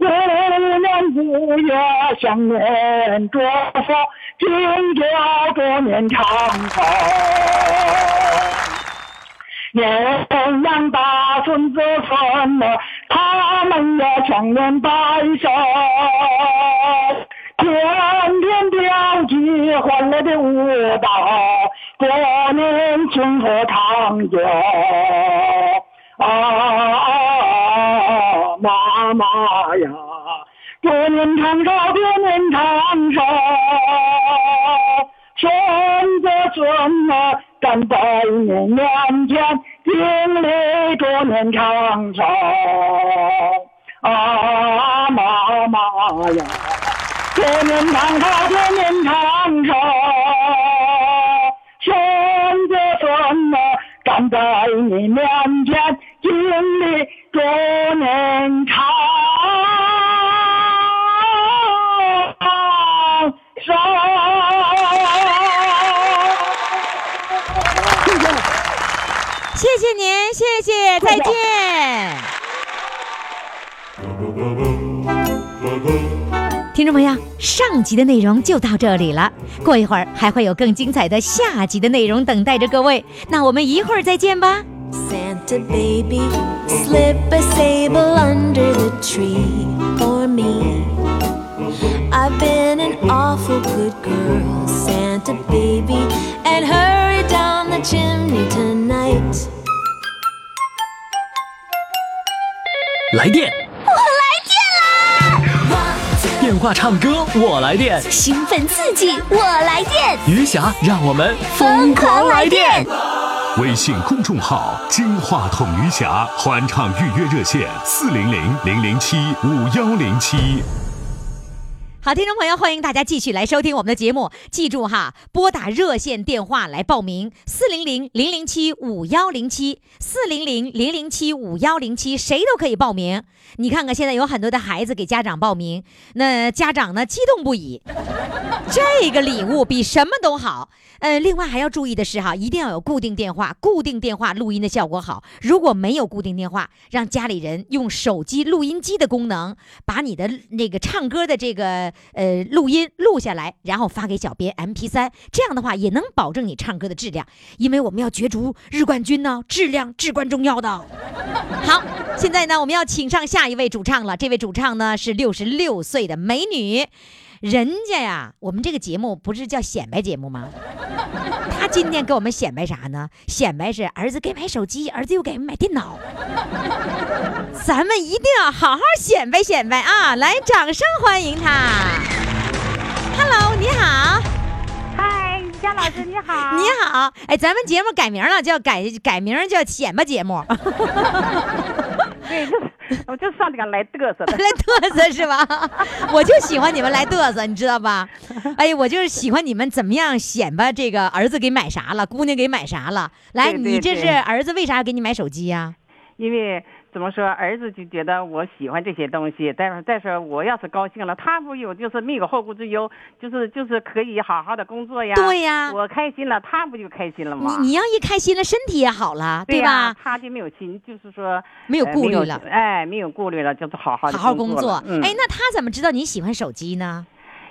[SPEAKER 6] 姑娘不夜想念着夫，今朝祝您长寿。年养大孙子孙女，他们也强联白首，天天跳起欢乐的舞蹈，祝您幸福长久。啊，妈妈呀，祝您长寿，祝您长寿。孙子孙儿站在你面前，经历祝您长寿。啊，妈妈呀，祝您长寿，祝您长寿。孙子孙儿站在你面前，经历祝您长寿。
[SPEAKER 1] 谢谢您，谢谢，再见。听众朋友，上集的内容就到这里了，过一会儿还会有更精彩的下集的内容等待着各位。那我们一会儿再见吧。
[SPEAKER 7] Santa baby, slip a sable under the tree for me. I've been an awful good girl, Santa baby, and hurry down the chimney tonight.
[SPEAKER 8] 来电。
[SPEAKER 7] One
[SPEAKER 4] 电话唱歌我来电，
[SPEAKER 9] 兴奋刺激，我来电，
[SPEAKER 4] 余霞让我们
[SPEAKER 9] 疯狂来电。
[SPEAKER 10] 微信公众号“金话筒余霞”欢唱预约热线：四零零零零七五幺零七。
[SPEAKER 1] 好，听众朋友，欢迎大家继续来收听我们的节目。记住哈，拨打热线电话来报名：四零零零零七五幺零七，四零零零零七五幺零七，谁都可以报名。你看看，现在有很多的孩子给家长报名，那家长呢激动不已。 <laughs> 这个礼物比什么都好。呃，另外还要注意的是哈，一定要有固定电话，固定电话录音的效果好。如果没有固定电话，让家里人用手机录音机的功能，把你的那个唱歌的这个呃录音录下来，然后发给小编 MP 3这样的话也能保证你唱歌的质量，因为我们要角逐日冠军呢、质量至关重要的。好，现在呢，我们要请上下一位主唱了。这位主唱呢是六十六岁的美女，人家呀，我们这个节目不是叫显摆节目吗？她今天给我们显摆啥呢？显摆是儿子给买手机，儿子又给买电脑。咱们一定要好好显摆显摆啊！来，掌声欢迎她。Hello，你好。
[SPEAKER 11] 嗨，于佳老师你好。
[SPEAKER 1] 你好，哎，咱们节目改名了，叫改改名叫显摆节目。
[SPEAKER 11] 对，就是我就上这个来嘚瑟
[SPEAKER 1] <laughs>
[SPEAKER 11] 的。
[SPEAKER 1] 来嘚瑟是吧？我就喜欢你们来嘚瑟，你知道吧？哎，我就是喜欢你们怎么样显摆这个儿子给买啥了，姑娘给买啥了。来，
[SPEAKER 11] 对对
[SPEAKER 1] 你这是
[SPEAKER 11] 对
[SPEAKER 1] 儿子为啥要给你买手机呀、
[SPEAKER 11] 因为怎么说，儿子就觉得我喜欢这些东西，但是再说我要是高兴了，他不有就是没有后顾之忧，就是就是可以好好的工作呀。
[SPEAKER 1] 对呀
[SPEAKER 11] 我开心了，他不就开心了吗？
[SPEAKER 1] 你你要一开心了，身体也好了，
[SPEAKER 11] 对
[SPEAKER 1] 吧
[SPEAKER 11] 呀？他就没有心，就是说
[SPEAKER 1] 没有
[SPEAKER 11] 呃
[SPEAKER 1] 顾虑了
[SPEAKER 11] 哎，没有顾虑了，就是好好
[SPEAKER 1] 好
[SPEAKER 11] 地
[SPEAKER 1] 好工
[SPEAKER 11] 工
[SPEAKER 1] 作
[SPEAKER 11] 了。嗯、
[SPEAKER 1] 哎，那他怎么知道你喜欢手机呢？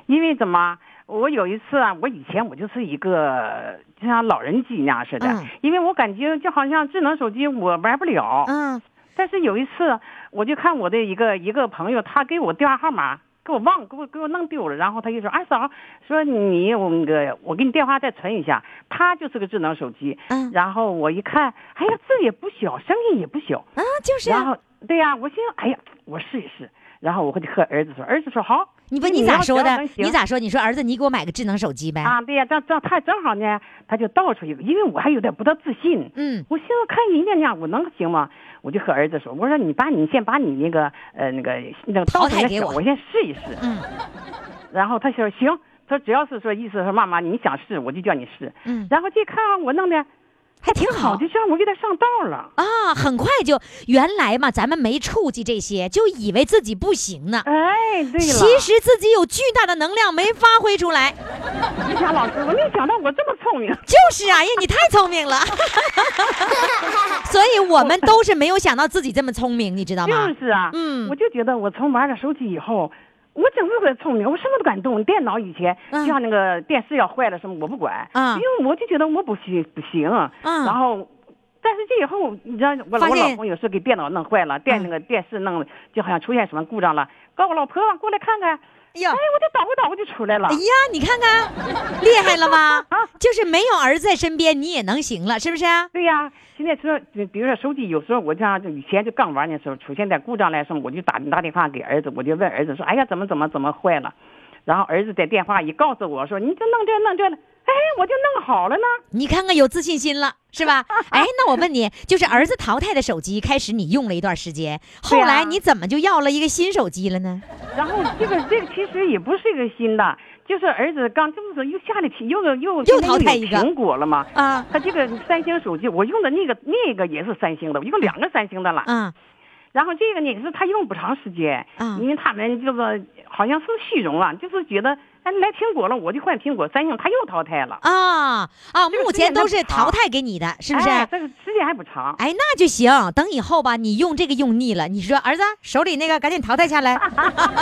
[SPEAKER 11] 因为怎么？我有一次啊，我以前我就是一个就像老人机那样似的，
[SPEAKER 1] 嗯
[SPEAKER 11] 因为我感觉就好像智能手机我玩不了。
[SPEAKER 1] 嗯，
[SPEAKER 11] 但是有一次，我就看我的一个一个朋友，他给我电话号码，给我忘，给我给我弄丢了。然后他就说：“二嫂，说你我那个，我给你电话再存一下。”他就是个智能手机。
[SPEAKER 1] 嗯
[SPEAKER 11] 然后我一看，哎呀，字也不小，声音也不小。
[SPEAKER 1] 啊，就是
[SPEAKER 11] 然
[SPEAKER 1] 啊。
[SPEAKER 11] 后对呀、我心想，哎呀，我试一试。然后我就和儿子说，儿子说好。哎
[SPEAKER 1] 你不，你咋
[SPEAKER 11] 要
[SPEAKER 1] 说
[SPEAKER 11] 只要
[SPEAKER 1] 的
[SPEAKER 11] 能？行
[SPEAKER 1] 你咋说？你说儿子，你给我买个智能手机呗？
[SPEAKER 11] 啊，对呀、这这他正好呢，他就倒出一个，因为我还有点不大自信。
[SPEAKER 1] 嗯
[SPEAKER 11] 我寻思看人家那样，我能行吗？我就和儿子说，我说你把你先把你那个呃那个那个
[SPEAKER 1] 淘汰
[SPEAKER 11] 倒出来
[SPEAKER 1] 给
[SPEAKER 11] 小
[SPEAKER 1] 我
[SPEAKER 11] 我先试一试。
[SPEAKER 1] 嗯
[SPEAKER 11] 然后他说行，他只要是说意思说妈妈你想试，我就叫你试。
[SPEAKER 1] 嗯，
[SPEAKER 11] 然后这看我弄的
[SPEAKER 1] 还挺
[SPEAKER 11] 好，
[SPEAKER 1] 好
[SPEAKER 11] 就。像我给他上道了。
[SPEAKER 1] 啊，很快就原来嘛，咱们没触及这些，就以为自己不行呢。
[SPEAKER 11] 哎，对了，
[SPEAKER 1] 其实自己有巨大的能量没发挥出来，
[SPEAKER 11] 于霞老师，我没想到我这么聪明。
[SPEAKER 1] 就是啊，因为你太聪明
[SPEAKER 11] <laughs>
[SPEAKER 1] 了，所以我们都是没有想到自己这么聪明，你知道吗
[SPEAKER 11] 就？是啊，
[SPEAKER 1] 嗯
[SPEAKER 11] 我就觉得我从玩了手机以后，我整个个聪明，我什么都敢动。电脑以前
[SPEAKER 1] 嗯
[SPEAKER 11] 就像那个电视要坏了什么，我不管，
[SPEAKER 1] 嗯
[SPEAKER 11] 因为我就觉得我不行不行。
[SPEAKER 1] 嗯
[SPEAKER 11] 然后，但是这以后，你知道我
[SPEAKER 1] 发
[SPEAKER 11] 老我
[SPEAKER 1] 现嗯
[SPEAKER 11] 老公有时候给电脑弄坏了，电那个电视弄就好像出现什么故障了，告我老婆过来看看。
[SPEAKER 1] 哎呦
[SPEAKER 11] 哎，我就捣鼓捣鼓就出来了
[SPEAKER 1] 哎。呀，你看
[SPEAKER 11] <laughs>
[SPEAKER 1] 看，厉害了吧？就是没有儿子在身边，你也能行了，是不是啊？
[SPEAKER 11] 对呀，现在说，就比如说手机，有时候我这样，就以前就刚玩的时候出现点故障来什么，我就打打电话给儿子，我就问儿子说，哎呀，怎么怎么怎么坏了，然后儿子在电话一告诉我说，你就弄这弄这了，哎，我就弄好了呢。
[SPEAKER 1] 你看看有自信心
[SPEAKER 11] <laughs>
[SPEAKER 1] 了，是吧？哎，那我问你，就是儿子淘汰的手机，开始你用了一段时间，后
[SPEAKER 11] 对啊
[SPEAKER 1] 来你怎么就要了一个新手机了呢？
[SPEAKER 11] 然后这个这个其实也不是一个新的，就是儿子刚这不是又下了苹又又
[SPEAKER 1] 又淘汰
[SPEAKER 11] 又有
[SPEAKER 1] 一个
[SPEAKER 11] 苹果了吗？
[SPEAKER 1] 啊
[SPEAKER 11] 他这个三星手机，我用的那个那个也是三星的，我用两个三星的了。
[SPEAKER 1] 啊、
[SPEAKER 11] 然后这个呢也是他用不长时间，
[SPEAKER 1] 啊
[SPEAKER 11] 因为他们就是好像是虚荣了，就是觉得哎来苹果了我就换苹果，三星他又淘汰了，
[SPEAKER 1] 啊啊！
[SPEAKER 11] 这个
[SPEAKER 1] 目
[SPEAKER 11] 时
[SPEAKER 1] 前
[SPEAKER 11] 间
[SPEAKER 1] 都
[SPEAKER 11] 都
[SPEAKER 1] 是
[SPEAKER 11] 不长
[SPEAKER 1] 淘汰给你的，是不是？
[SPEAKER 11] 哎这个时间还不长，
[SPEAKER 1] 哎，那就行。等以后吧，你用这个用腻了，你说儿子手里那个赶紧淘汰下来，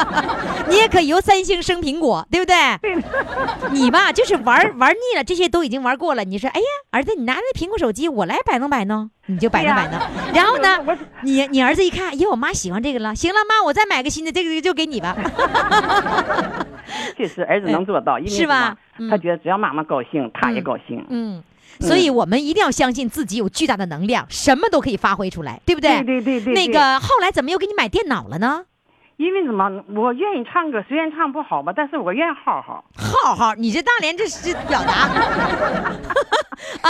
[SPEAKER 1] <laughs> 你也可以由三星升苹果，对不对？
[SPEAKER 11] 对，
[SPEAKER 1] <laughs> 你吧，就是玩玩腻了，这些都已经玩过了。你说，哎呀，儿子，你拿那苹果手机，我来摆弄摆弄，你就摆弄摆弄。然后
[SPEAKER 11] 我
[SPEAKER 1] 呢
[SPEAKER 11] 我，
[SPEAKER 1] 你你儿子一看，哎呦，我妈喜欢这个了，行了，妈，我再买个新的，这个就给你吧。 <laughs>
[SPEAKER 11] 确实儿子能做到，因为
[SPEAKER 1] 哎是吧
[SPEAKER 11] 什
[SPEAKER 1] 嗯
[SPEAKER 11] 么他觉得只要妈妈高兴，他也
[SPEAKER 1] 嗯
[SPEAKER 11] 高兴。
[SPEAKER 1] 嗯，所以我们一定要相信自己有巨大的能量，什么都可以发挥出来，对不对？
[SPEAKER 11] 对对对对
[SPEAKER 1] 那
[SPEAKER 11] 对
[SPEAKER 1] 个后来怎么又给你买电脑了呢？
[SPEAKER 11] 因为什么？我愿意唱歌，虽然唱不好吧，但是我愿意好好。
[SPEAKER 1] 浩浩，你这大连这是表达 <laughs> 啊，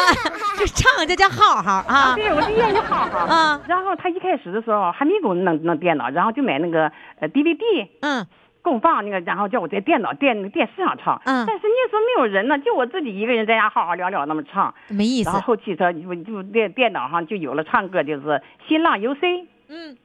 [SPEAKER 1] 这唱这叫浩浩啊
[SPEAKER 11] 对，我就愿意好好。
[SPEAKER 1] 啊
[SPEAKER 11] 然后他一开始的时候还没给我弄弄电脑，然后就买那个呃 DVD
[SPEAKER 1] 嗯，
[SPEAKER 11] 供放那个，然后叫我在电脑电电视上唱。
[SPEAKER 1] 嗯
[SPEAKER 11] 但是那时候没有人呢，就我自己一个人在家好好聊聊那么唱。
[SPEAKER 1] 没意思
[SPEAKER 11] 然后。后期他就就电电脑上就有了唱歌，就是新浪 UC。
[SPEAKER 1] 嗯，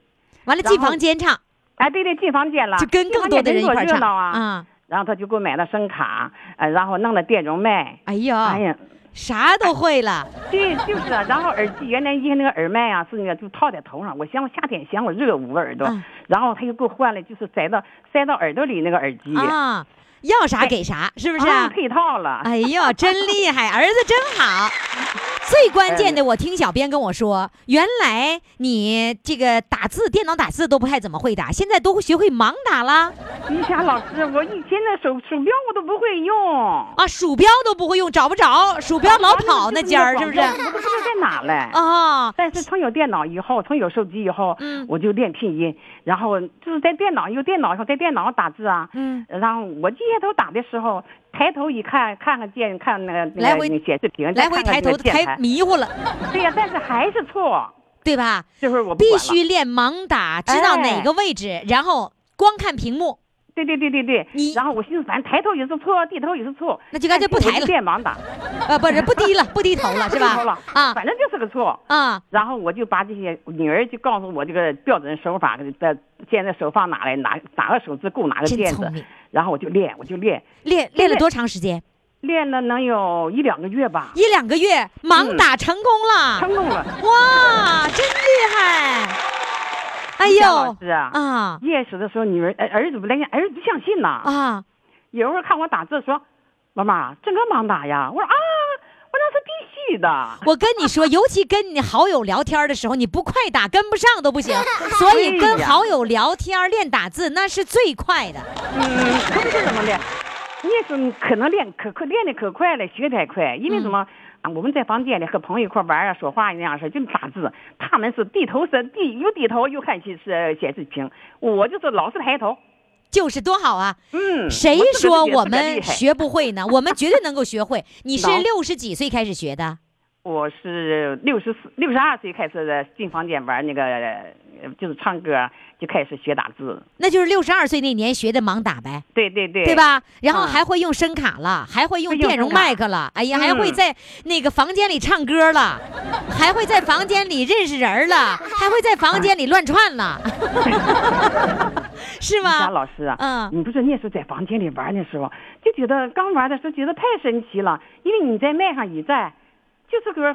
[SPEAKER 1] 完了进
[SPEAKER 11] 然后
[SPEAKER 1] 房间唱，
[SPEAKER 11] 哎，对对，进房间了，
[SPEAKER 1] 就跟
[SPEAKER 11] 进
[SPEAKER 1] 更
[SPEAKER 11] 房
[SPEAKER 1] 多
[SPEAKER 11] 间
[SPEAKER 1] 的人一
[SPEAKER 11] 真
[SPEAKER 1] 块儿
[SPEAKER 11] 热
[SPEAKER 1] 唱
[SPEAKER 11] 闹啊。然后他就给我买了声卡，呃，然后弄了电容麦。
[SPEAKER 1] 哎呀，
[SPEAKER 11] 哎呀，
[SPEAKER 1] 啥都会了，
[SPEAKER 11] 对，就是啊。然后耳机原来一个那个耳麦啊，是那个就套在头上，我嫌我夏天嫌我热捂个耳朵，
[SPEAKER 1] 嗯
[SPEAKER 11] 然后他又给我换了，就是塞到塞到耳朵里那个耳机，
[SPEAKER 1] 啊，要啥给啥，是不是
[SPEAKER 11] 哎啊
[SPEAKER 1] 啊？
[SPEAKER 11] 配套了。
[SPEAKER 1] 哎呦，真厉害，儿子真好。最关键
[SPEAKER 11] 哎
[SPEAKER 1] 的，我听小编跟我说，原来你这个打字，电脑打字都不太怎么会打，现在都学会盲打了
[SPEAKER 11] 你想老师，我以前那手鼠标我都不会用，啊
[SPEAKER 1] 啊，鼠标都不会用，找不着，鼠标老跑那尖儿，是不是？
[SPEAKER 11] 我都不知道在哪嘞。
[SPEAKER 1] 啊，
[SPEAKER 11] 但是从有电脑以后，从有手机以后，
[SPEAKER 1] 嗯
[SPEAKER 11] 我就练拼音，然后就是在电脑有电脑以后，在电脑打字啊，
[SPEAKER 1] 嗯，
[SPEAKER 11] 然后我低下头打的时候，抬头一看，看看键，看那个
[SPEAKER 1] 来
[SPEAKER 11] 那
[SPEAKER 1] 回
[SPEAKER 11] 个那个显示屏，再
[SPEAKER 1] 来回
[SPEAKER 11] 看看
[SPEAKER 1] 抬
[SPEAKER 11] 那
[SPEAKER 1] 头
[SPEAKER 11] 个键
[SPEAKER 1] 抬
[SPEAKER 11] 盘
[SPEAKER 1] 迷糊了，
[SPEAKER 11] <laughs> 对呀、但是还是错，
[SPEAKER 1] 对吧？
[SPEAKER 11] 这会儿我不
[SPEAKER 1] 必
[SPEAKER 11] 管了
[SPEAKER 1] 须练盲打，知道哪
[SPEAKER 11] 哎
[SPEAKER 1] 个位置，然后光看屏幕，
[SPEAKER 11] 对对对对对
[SPEAKER 1] 你，
[SPEAKER 11] 然后我寻思，反正抬头也是错，低头也是错，
[SPEAKER 1] 那就干脆不抬了
[SPEAKER 11] 变盲打
[SPEAKER 1] 呃，不是不低了，不低头
[SPEAKER 11] <laughs>
[SPEAKER 1] 了，是
[SPEAKER 11] 低头
[SPEAKER 1] 吧
[SPEAKER 11] 了？
[SPEAKER 1] 啊
[SPEAKER 11] 反正就是个错。
[SPEAKER 1] 啊，
[SPEAKER 11] 然后我就把这些女儿就告诉我这个标准手法，在现在手放哪来，哪哪个手指够哪个
[SPEAKER 1] 真
[SPEAKER 11] 键
[SPEAKER 1] 聪
[SPEAKER 11] 子
[SPEAKER 1] 明，
[SPEAKER 11] 然后我就练，我就练，
[SPEAKER 1] 练练
[SPEAKER 11] 练
[SPEAKER 1] 了多长时间？
[SPEAKER 11] 练了能有一两个月吧，嗯
[SPEAKER 1] 一两个月，盲打成功了，
[SPEAKER 11] 成功了。
[SPEAKER 1] 哇，真厉害！哎
[SPEAKER 11] 夏老
[SPEAKER 1] 呦，
[SPEAKER 11] 师啊，
[SPEAKER 1] 啊
[SPEAKER 11] 夜市的时候，女儿儿儿子不来信，儿子不相信呐。
[SPEAKER 1] 啊，
[SPEAKER 11] 有时候看我打字说：“妈妈，这个盲打呀？”我说：“啊，我那是必须的。
[SPEAKER 1] 我跟你说，尤其跟你好友聊天的时候，你不快打跟不上都不
[SPEAKER 11] <laughs>
[SPEAKER 1] 行，所以跟好友聊天练打字那是最快的。”
[SPEAKER 11] 嗯，可不是怎么的，夜市可能练可可练的可快了，学得还快，因为什
[SPEAKER 1] 嗯
[SPEAKER 11] 么？啊，我们在房间里和朋友一块玩啊，说话那样式，就打字。他们是低头是低，又低头又看显示显示屏，我就是老是抬头。
[SPEAKER 1] 就是多好啊！
[SPEAKER 11] 嗯，
[SPEAKER 1] 谁
[SPEAKER 11] 我这个
[SPEAKER 1] 说
[SPEAKER 11] 也是
[SPEAKER 1] 我
[SPEAKER 11] 个
[SPEAKER 1] 们
[SPEAKER 11] 厉害 <laughs>
[SPEAKER 1] 学不会呢？我们绝对能够学会。你是
[SPEAKER 11] 能
[SPEAKER 1] 六十几岁开始学的？
[SPEAKER 11] 我是六十四、六十二岁开始进房间玩那个，呃就是唱歌，就开始学打字。
[SPEAKER 1] 那就是六十二岁那年学的盲打呗，
[SPEAKER 11] 对对对，
[SPEAKER 1] 对？吧？然后
[SPEAKER 11] 嗯
[SPEAKER 1] 还会用声卡了，还会用
[SPEAKER 11] 会用
[SPEAKER 1] 电容
[SPEAKER 11] 声卡
[SPEAKER 1] 麦克了，哎呀，还
[SPEAKER 11] 嗯
[SPEAKER 1] 会在那个房间里唱歌
[SPEAKER 11] <laughs>
[SPEAKER 1] 了，还会在房间里认识人儿了，还会在房间里乱窜
[SPEAKER 11] <laughs>
[SPEAKER 1] 了， <laughs> 是
[SPEAKER 11] 佳
[SPEAKER 1] 吗？
[SPEAKER 11] 老师啊，
[SPEAKER 1] 嗯
[SPEAKER 11] 你不是那时候在房间里玩的时候，就觉得刚玩的时候觉得太神奇了，因为你在麦上一站，就是个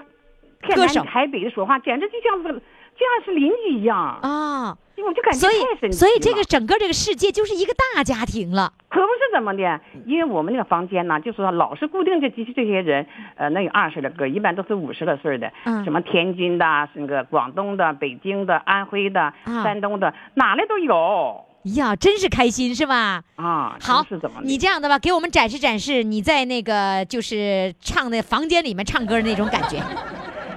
[SPEAKER 11] 天
[SPEAKER 1] 歌手
[SPEAKER 11] 南海北的说话，简直就像是就像是邻居一样，
[SPEAKER 1] 啊，
[SPEAKER 11] 我就感觉
[SPEAKER 1] 所
[SPEAKER 11] 太
[SPEAKER 1] 以
[SPEAKER 11] 神奇了。
[SPEAKER 1] 所以这个整个这个世界就是一个大家庭了。
[SPEAKER 11] 可不是怎么的，因为我们那个房间呢，就是说老是固定这几这些人，呃，那有二十来个，一般都是五十来岁的，
[SPEAKER 1] 嗯
[SPEAKER 11] 什么天津的、那个广东的、北京的、安徽的、
[SPEAKER 1] 啊
[SPEAKER 11] 山东的，哪里都有
[SPEAKER 1] 呀，真是开心是吧？
[SPEAKER 11] 啊。
[SPEAKER 1] 好，
[SPEAKER 11] 真是怎么的？
[SPEAKER 1] 你这样的吧，给我们展示展示你在那个就是唱的房间里面唱歌的那种感
[SPEAKER 11] <laughs>
[SPEAKER 1] 觉，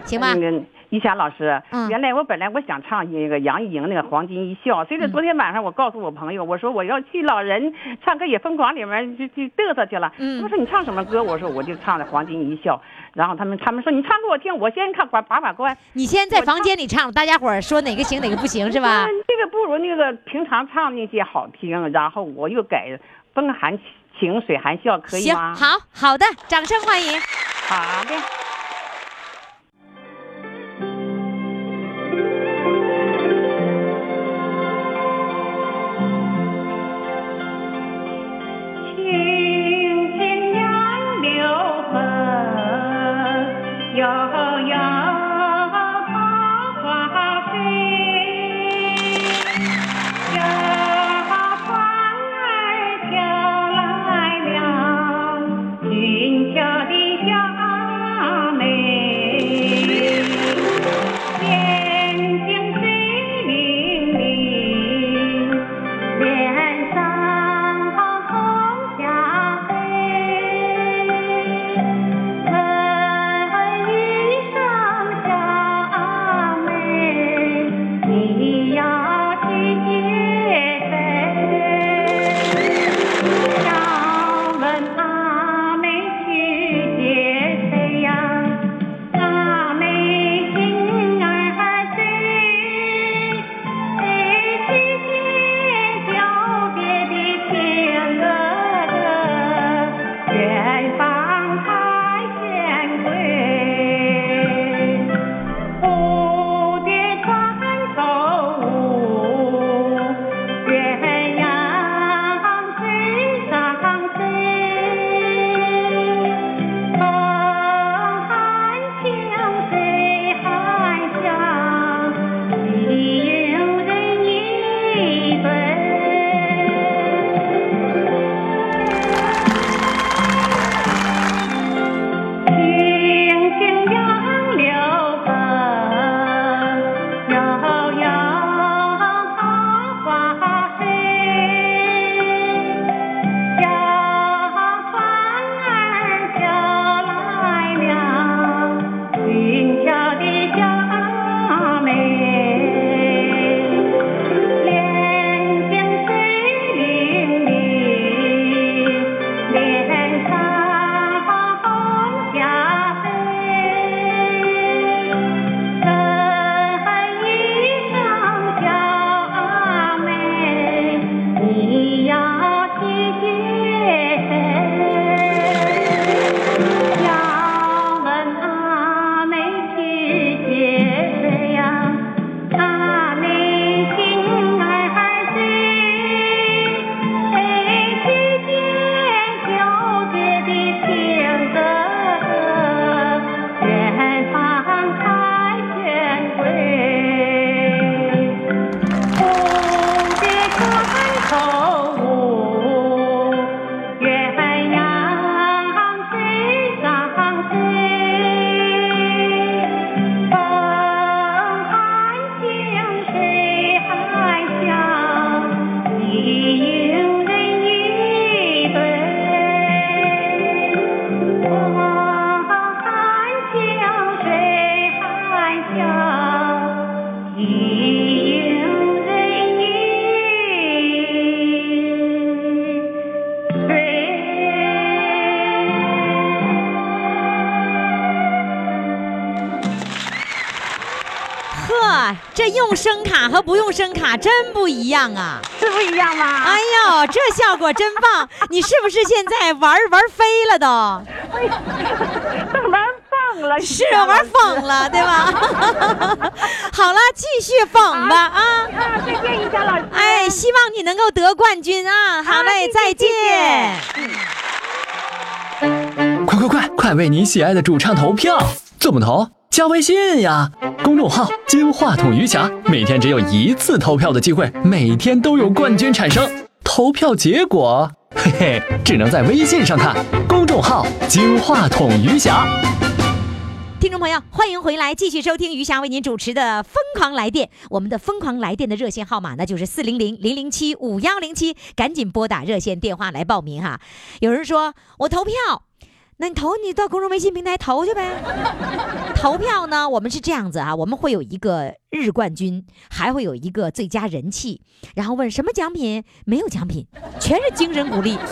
[SPEAKER 1] 行吧？
[SPEAKER 11] 嗯，于霞老师，
[SPEAKER 1] 嗯
[SPEAKER 11] 原来我本来我想唱那个杨钰莹那个《黄金一笑》，所以说
[SPEAKER 1] 嗯
[SPEAKER 11] 昨天晚上我告诉我朋友，我说我要去老人唱歌也疯狂里面去去嘚瑟去了。
[SPEAKER 1] 嗯
[SPEAKER 11] 他们说你唱什么歌？我说我就唱的《黄金一笑》，然后他们他们说你唱给我听，我先看把把把关。
[SPEAKER 1] 你先在房间里唱，大家伙儿说哪个行哪个不行是吧？
[SPEAKER 11] 嗯这个不如那个平常唱那些好听，然后我又改风含情水含笑，可以
[SPEAKER 1] 行，
[SPEAKER 11] 吗？
[SPEAKER 1] 好好的，掌声欢迎。
[SPEAKER 11] 好的。
[SPEAKER 5] 清清杨柳痕，悠悠桃花飞。有船儿飘来了，俊俏的小妹，眼睛水灵灵，脸上红霞飞。春雨
[SPEAKER 1] 这用声卡和不用声卡真不一样啊！
[SPEAKER 11] 是不一样吗？
[SPEAKER 1] 哎呦，这效果真
[SPEAKER 11] <laughs>
[SPEAKER 1] 棒！你是不是现在玩儿玩儿飞了都？ <laughs>
[SPEAKER 11] 这玩放了，
[SPEAKER 1] 是啊玩疯了，对
[SPEAKER 11] <laughs>
[SPEAKER 1] 吧？好了，继续疯吧啊！
[SPEAKER 11] 啊！再见，于霞老师。
[SPEAKER 1] 哎，希望你能够得冠军啊！好嘞，再见。嗯
[SPEAKER 4] 快快快，快为你喜爱的主唱投票！怎么投？加微信呀，公众号“金话筒余霞”，每天只有一次投票的机会，每天都有冠军产生。投票结果，嘿嘿，只能在微信上看。公众号“金话筒余霞”。
[SPEAKER 1] 听众朋友，欢迎回来，继续收听余霞为您主持的《疯狂来电》。我们的《疯狂来电》的热线号码呢，就是四零零零零七五幺零七，赶紧拨打热线电话来报名哈。有人说我投票，那你投你到公众微信平台投去呗。 <laughs> 投票呢，我们是这样子啊，我们会有一个日冠军，还会有一个最佳人气，然后问什么奖品？没有奖品，全是精神鼓励。 <laughs>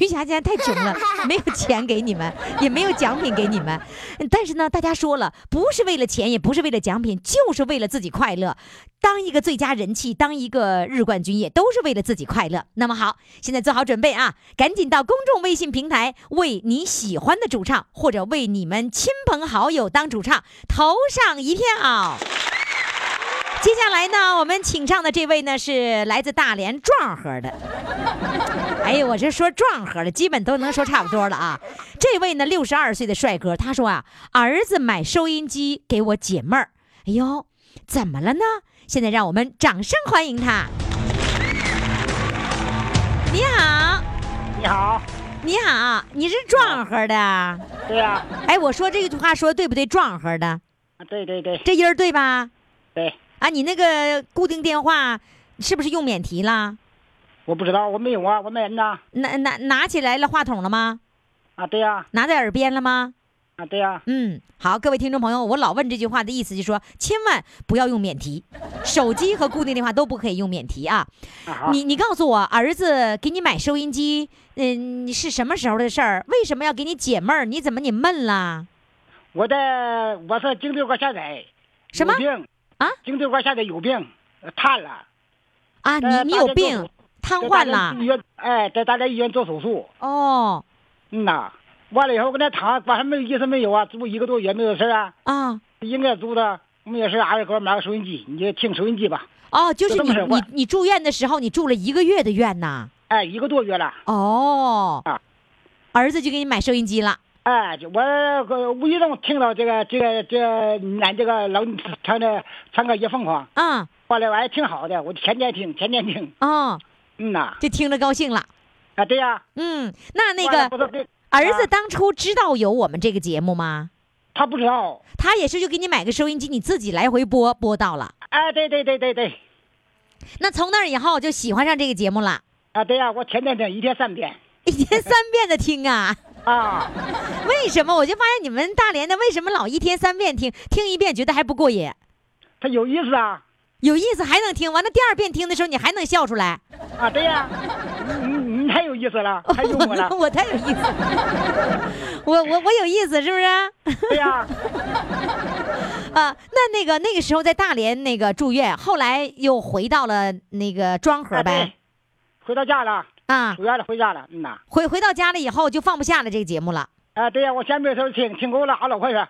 [SPEAKER 1] 余霞现在太穷了，没有钱给你们，也没有奖品给你们。但是呢，大家说了，不是为了钱，也不是为了奖品，就是为了自己快乐。当一个最佳人气，当一个日冠军，也都是为了自己快乐。那么好，现在做好准备啊，赶紧到公众微信平台为你喜欢的主唱，或者为你们亲朋好友当主唱投上一票。接下来呢，我们请上的这位呢是来自大连壮河的。哎呀，我这说壮和了，基本都能说差不多了啊。这位呢，六十二岁的帅哥，他说啊，儿子买收音机给我解闷儿。哎呦，怎么了呢？现在让我们掌声欢迎他。你好，
[SPEAKER 5] 你好，
[SPEAKER 1] 你好，你是壮和的。
[SPEAKER 5] 对呀、
[SPEAKER 1] 哎，我说这句话说对不对？壮和的，
[SPEAKER 5] 对对对
[SPEAKER 1] 这音儿对吧？
[SPEAKER 5] 对，
[SPEAKER 1] 啊，你那个固定电话是不是用免提了？
[SPEAKER 5] 我不知道，我没有啊，我没人呐。
[SPEAKER 1] 拿拿拿起来了话筒了吗？
[SPEAKER 5] 啊，对呀、
[SPEAKER 1] 拿在耳边了吗？
[SPEAKER 5] 啊，对呀、
[SPEAKER 1] 嗯，好，各位听众朋友，我老问这句话的意思就是说，千万不要用免提，手机和固定电话都不可以用免提啊。
[SPEAKER 5] 啊好
[SPEAKER 1] 你你告诉我，儿子给你买收音机，嗯，是什么时候的事儿？为什么要给你解闷儿？你怎么你闷啦？
[SPEAKER 5] 我在我是颈椎管下载，
[SPEAKER 1] 什么
[SPEAKER 5] 有病
[SPEAKER 1] 啊？
[SPEAKER 5] 颈椎管下载有病，呃瘫了，
[SPEAKER 1] 啊，
[SPEAKER 5] 呃
[SPEAKER 1] 你你有
[SPEAKER 5] 大连做
[SPEAKER 1] 病
[SPEAKER 5] 手，
[SPEAKER 1] 瘫
[SPEAKER 5] 在
[SPEAKER 1] 痪
[SPEAKER 5] 大连
[SPEAKER 1] 啦
[SPEAKER 5] 医？院哎，在大连医院做手术，
[SPEAKER 1] 哦
[SPEAKER 5] 嗯呐、完了以后跟那躺，晚上没有意思没有啊，住一个多月没有事儿啊，
[SPEAKER 1] 啊
[SPEAKER 5] 应该住的没有事儿，俺也给我买个收音机，你就听收音机吧，
[SPEAKER 1] 哦，就是
[SPEAKER 5] 就这
[SPEAKER 1] 你
[SPEAKER 5] 么事儿
[SPEAKER 1] 你你住院的时候，你住了一个月的院呐？
[SPEAKER 5] 哎，一个多月了。
[SPEAKER 1] 哦
[SPEAKER 5] 啊，
[SPEAKER 1] 儿子就给你买收音机了。
[SPEAKER 5] 哎，就我呃无意中听到这个这个这个俺这个老唱的唱歌也疯狂，
[SPEAKER 1] 啊
[SPEAKER 5] 后来我还挺好的，我天天听，天天听，
[SPEAKER 1] 哦，
[SPEAKER 5] 嗯呐，
[SPEAKER 1] 就听着高兴了。
[SPEAKER 5] 啊对呀、
[SPEAKER 1] 嗯，那那
[SPEAKER 5] 完了
[SPEAKER 1] 个
[SPEAKER 5] 不是给
[SPEAKER 1] 儿子
[SPEAKER 5] 啊
[SPEAKER 1] 当初知道有我们这个节目吗？
[SPEAKER 5] 他不知道，
[SPEAKER 1] 他也是就给你买个收音机，你自己来回播，播到了。
[SPEAKER 5] 哎，对对对对对，
[SPEAKER 1] 那从那儿以后就喜欢上这个节目了，
[SPEAKER 5] 啊对呀、我天天听，一天三遍
[SPEAKER 1] 一天三遍的听啊。
[SPEAKER 5] 啊，
[SPEAKER 1] 为什么？我就发现你们大连的为什么老一天三遍听，听一遍觉得还不过瘾，
[SPEAKER 5] 他有意思啊，
[SPEAKER 1] 有意思还能听完了第二遍听的时候你还能笑出来，
[SPEAKER 5] 啊对呀、你你你太有意思了，太幽默了
[SPEAKER 1] <laughs> ，我太有意思了，我我我有意思是不是？
[SPEAKER 5] 对呀、
[SPEAKER 1] <laughs> 啊，那那个那个时候在大连那个住院，后来又回到了那个庄河
[SPEAKER 5] 啊对
[SPEAKER 1] 呗，
[SPEAKER 5] 回到家了，
[SPEAKER 1] 啊
[SPEAKER 5] 出，院了回家了，嗯呐，
[SPEAKER 1] 回回到家了以后就放不下了这个节目了。
[SPEAKER 5] 啊对呀、我前面时候听听够了，俺老快说，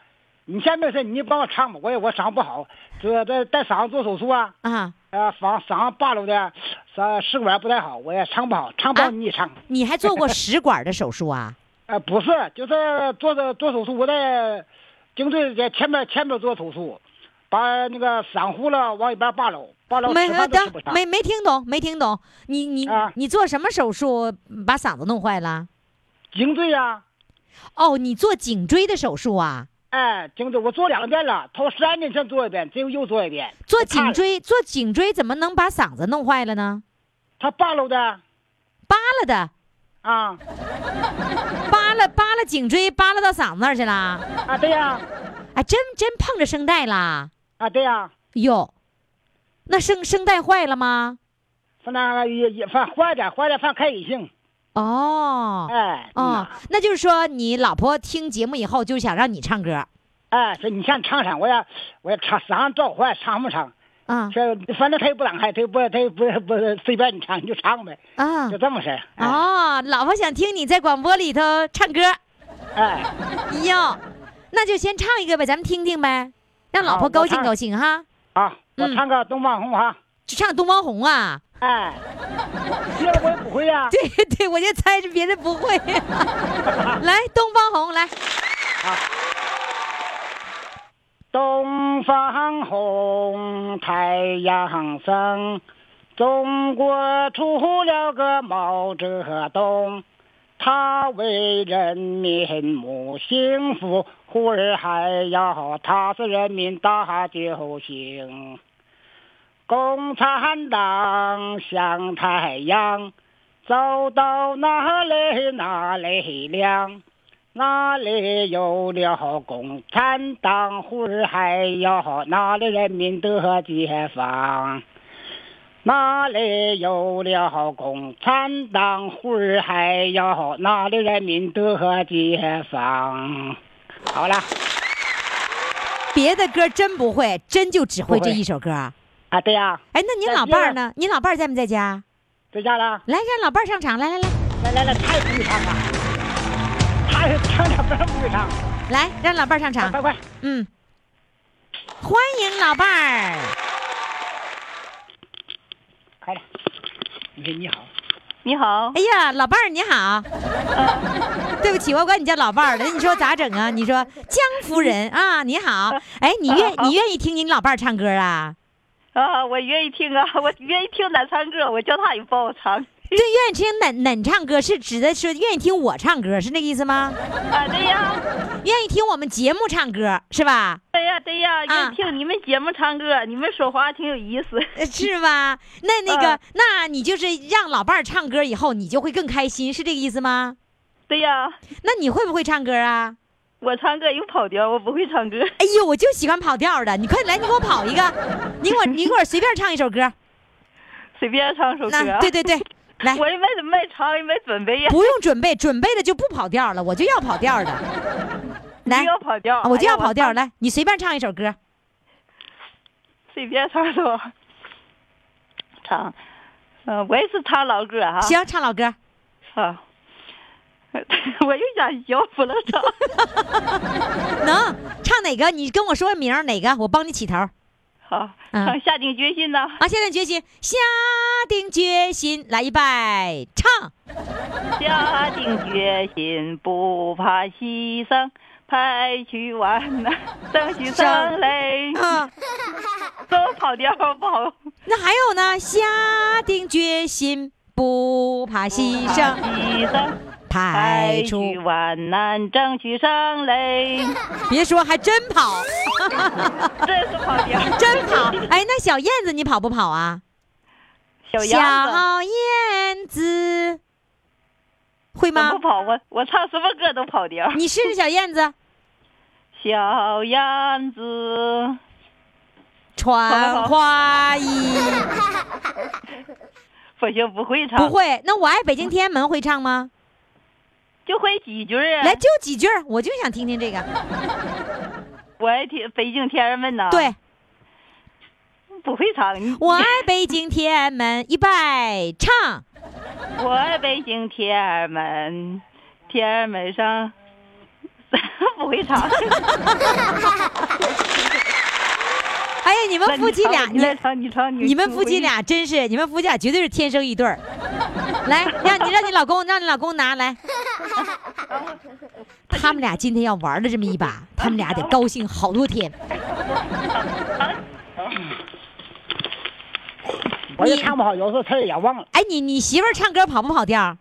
[SPEAKER 5] 你前面是你帮我唱吧，我也我嗓子不好，这这在嗓子做手术啊。
[SPEAKER 1] 啊，
[SPEAKER 5] 呃，嗓嗓子扒拉的，嗓试管不太好，我也唱不好，唱不
[SPEAKER 1] 啊
[SPEAKER 5] 好你也唱。
[SPEAKER 1] 你还做过
[SPEAKER 5] <laughs>
[SPEAKER 1] 食管的手术啊？
[SPEAKER 5] 呃，不是，就是做的做手术，我在颈椎在前面前面做手术，把那个嗓呼了往一边扒拉，扒拉
[SPEAKER 1] 没
[SPEAKER 5] 吃饭都吃不
[SPEAKER 1] 等
[SPEAKER 5] 上。
[SPEAKER 1] 没没听懂，没听懂。你你、
[SPEAKER 5] 啊
[SPEAKER 1] 你做什么手术把嗓子弄坏了？
[SPEAKER 5] 颈椎啊，
[SPEAKER 1] 哦，你做颈椎的手术啊？
[SPEAKER 5] 哎，颈椎我做两遍了，头十二年前做一遍，这又又做一遍。
[SPEAKER 1] 做
[SPEAKER 5] 我怕
[SPEAKER 1] 颈
[SPEAKER 5] 了，
[SPEAKER 1] 椎做颈椎怎么能把嗓子弄坏了呢？
[SPEAKER 5] 他扒拉的
[SPEAKER 1] 扒拉的，
[SPEAKER 5] 啊
[SPEAKER 1] 扒拉扒拉颈椎，扒拉到嗓子那儿去了。
[SPEAKER 5] 啊，对呀、
[SPEAKER 1] 哎，真真碰着声带啦？
[SPEAKER 5] 啊对呀、
[SPEAKER 1] 哟，那声声带坏了吗？
[SPEAKER 5] 反正也也反正坏点坏点，反正开隐性，
[SPEAKER 1] 哦。
[SPEAKER 5] 哎，嗯
[SPEAKER 1] 哦
[SPEAKER 5] 啊呐，
[SPEAKER 1] 那就是说你老婆听节目以后就想让你唱歌，
[SPEAKER 5] 哎，说你先尝尝，我也我也尝尝照坏尝不尝？
[SPEAKER 1] 啊
[SPEAKER 5] 这反正他也不让开，他也不他也不不随便你尝你就尝呗，
[SPEAKER 1] 啊
[SPEAKER 5] 就这么事儿。哎、
[SPEAKER 1] 哦，老婆想听你在广播里头唱歌，
[SPEAKER 5] 哎，
[SPEAKER 1] 哟，那就先唱一个呗，咱们听听呗，让老
[SPEAKER 5] 好
[SPEAKER 1] 婆
[SPEAKER 5] 我
[SPEAKER 1] 高兴
[SPEAKER 5] 唱
[SPEAKER 1] 高兴哈。
[SPEAKER 5] 好，我
[SPEAKER 1] 嗯
[SPEAKER 5] 唱个《东方红》哈。
[SPEAKER 1] 就唱《东方红》啊？
[SPEAKER 5] 哎，别的我也不会啊
[SPEAKER 1] <laughs>
[SPEAKER 5] 呀、
[SPEAKER 1] 对对，我就猜是别人不会。 <laughs> 来，《东方红》来，
[SPEAKER 5] 东方红，太阳升，中国出了个毛泽东，他为人民谋幸福，呼儿还要他是人民大救星。共产党像太阳，走到哪里哪里亮。哪里有了共产党，呼儿还要哪里人民得解放？哪里有了共产党，呼儿还要哪里人民得解放？好了
[SPEAKER 1] 别的歌真不会，真就只会
[SPEAKER 5] 不
[SPEAKER 1] 这
[SPEAKER 5] 会
[SPEAKER 1] 一首歌啊。
[SPEAKER 5] 啊，对呀、
[SPEAKER 1] 哎，那您
[SPEAKER 5] 再
[SPEAKER 1] 老伴儿
[SPEAKER 5] 见
[SPEAKER 1] 呢？您老伴儿在不在家？
[SPEAKER 5] 在家了，
[SPEAKER 1] 来，让老伴儿上场，来来来，
[SPEAKER 5] 来来来，他也不会唱啊，他也唱两分不会唱，
[SPEAKER 1] 来，让老伴儿上场
[SPEAKER 5] 快。快！
[SPEAKER 1] 嗯，欢迎老伴儿。
[SPEAKER 5] 快点！你说你好，
[SPEAKER 11] 你好，
[SPEAKER 1] 哎呀，老伴儿你好。对不起，我管你叫老伴儿了。你说咋整啊？你说江夫人啊，你好。哎，你
[SPEAKER 11] <laughs>
[SPEAKER 1] 愿你愿意听你老伴儿唱歌啊？
[SPEAKER 11] 啊，我愿意听啊，我愿意听南唱歌，我叫他也帮我唱。
[SPEAKER 1] 对，愿意听哪哪唱歌是指的是愿意听我唱歌是那个意思吗？
[SPEAKER 11] 啊，对呀，
[SPEAKER 1] 愿意听我们节目唱歌是吧？
[SPEAKER 11] 对呀，对呀，
[SPEAKER 1] 啊
[SPEAKER 11] 愿意听你们节目唱歌，你们说话挺有意思。
[SPEAKER 1] 呃是吧？
[SPEAKER 11] <laughs>
[SPEAKER 1] 那那个
[SPEAKER 11] 嗯，
[SPEAKER 1] 那你就是让老伴儿唱歌以后，你就会更开心，是这个意思吗？
[SPEAKER 11] 对呀，
[SPEAKER 1] 那你会不会唱歌啊？
[SPEAKER 11] 我唱歌有跑调，我不会唱歌。
[SPEAKER 1] 哎呦，我就喜欢跑调的，你快来，你给我跑一个，你给我你给我随便唱一首歌。
[SPEAKER 11] 随便唱首歌
[SPEAKER 1] 那。对
[SPEAKER 11] <laughs>
[SPEAKER 1] 对对，来，
[SPEAKER 11] 我也没怎么没唱，也没准备呀，
[SPEAKER 1] 不用准备，准备了就不跑调了，我就要跑调的。来
[SPEAKER 11] 不，要跑调，
[SPEAKER 1] 啊我就要
[SPEAKER 11] 哎呀
[SPEAKER 1] 跑调，
[SPEAKER 11] 唱
[SPEAKER 1] 来，你随便唱一首歌。
[SPEAKER 11] 随便唱首，唱，嗯、我也是唱老歌哈、啊。
[SPEAKER 1] 行，唱老歌。
[SPEAKER 11] 啊，我又想笑，不能唱。
[SPEAKER 1] <laughs> 能唱哪个？你跟我说名儿哪个，我帮你起头。
[SPEAKER 11] 好，
[SPEAKER 1] 嗯
[SPEAKER 11] 唱下定决心呐、
[SPEAKER 1] 啊，下定决心，下定决心，来一拜，唱。
[SPEAKER 11] 下定决心，不怕牺牲，排去完呐，争取上 <laughs> 来。
[SPEAKER 1] 啊，
[SPEAKER 11] 都跑调不好，
[SPEAKER 1] 那还有呢？下定决心，不怕牺牲，
[SPEAKER 11] 牺牲，
[SPEAKER 1] 排
[SPEAKER 11] 排
[SPEAKER 1] 除。
[SPEAKER 11] 去万难，争取上来。
[SPEAKER 1] 别说，还真跑，
[SPEAKER 11] <laughs> 这是跑调，
[SPEAKER 1] <laughs> 真跑。哎，那小燕子你跑不跑啊？
[SPEAKER 11] 小鸭子。
[SPEAKER 1] 小燕子会
[SPEAKER 11] 怎
[SPEAKER 1] 吗
[SPEAKER 11] 么？跑？我我唱什么歌都跑调。
[SPEAKER 1] 你试试小燕子，
[SPEAKER 11] <laughs> 小燕子，
[SPEAKER 1] 穿花衣
[SPEAKER 11] <laughs> 不行，不会唱，
[SPEAKER 1] 不会。那我爱北京天安门会唱吗？
[SPEAKER 11] 就会几句儿啊。
[SPEAKER 1] 来，就几句儿，我就想听听这个。
[SPEAKER 11] 我爱听北京天安门呐。，
[SPEAKER 1] 对，
[SPEAKER 11] 不会唱。你
[SPEAKER 1] 我爱北京天安门，一拜唱。
[SPEAKER 11] 我爱北京天安门，天安门上不会唱。
[SPEAKER 1] 哎呀，你们
[SPEAKER 11] 那你
[SPEAKER 1] 夫妻
[SPEAKER 11] 唱
[SPEAKER 1] 俩，
[SPEAKER 11] 吧你来唱，你唱，
[SPEAKER 1] 你们夫妻俩真是，你们夫妻俩绝对是天生一对儿。
[SPEAKER 5] <laughs>
[SPEAKER 1] 来，让你让你老公，让你老公拿来。他们俩今天要玩了这么一把，他们俩得高兴好多天。
[SPEAKER 5] <laughs> 我也唱不好，有时候词儿也忘了。
[SPEAKER 1] 哎，你你媳妇儿唱歌跑不跑调？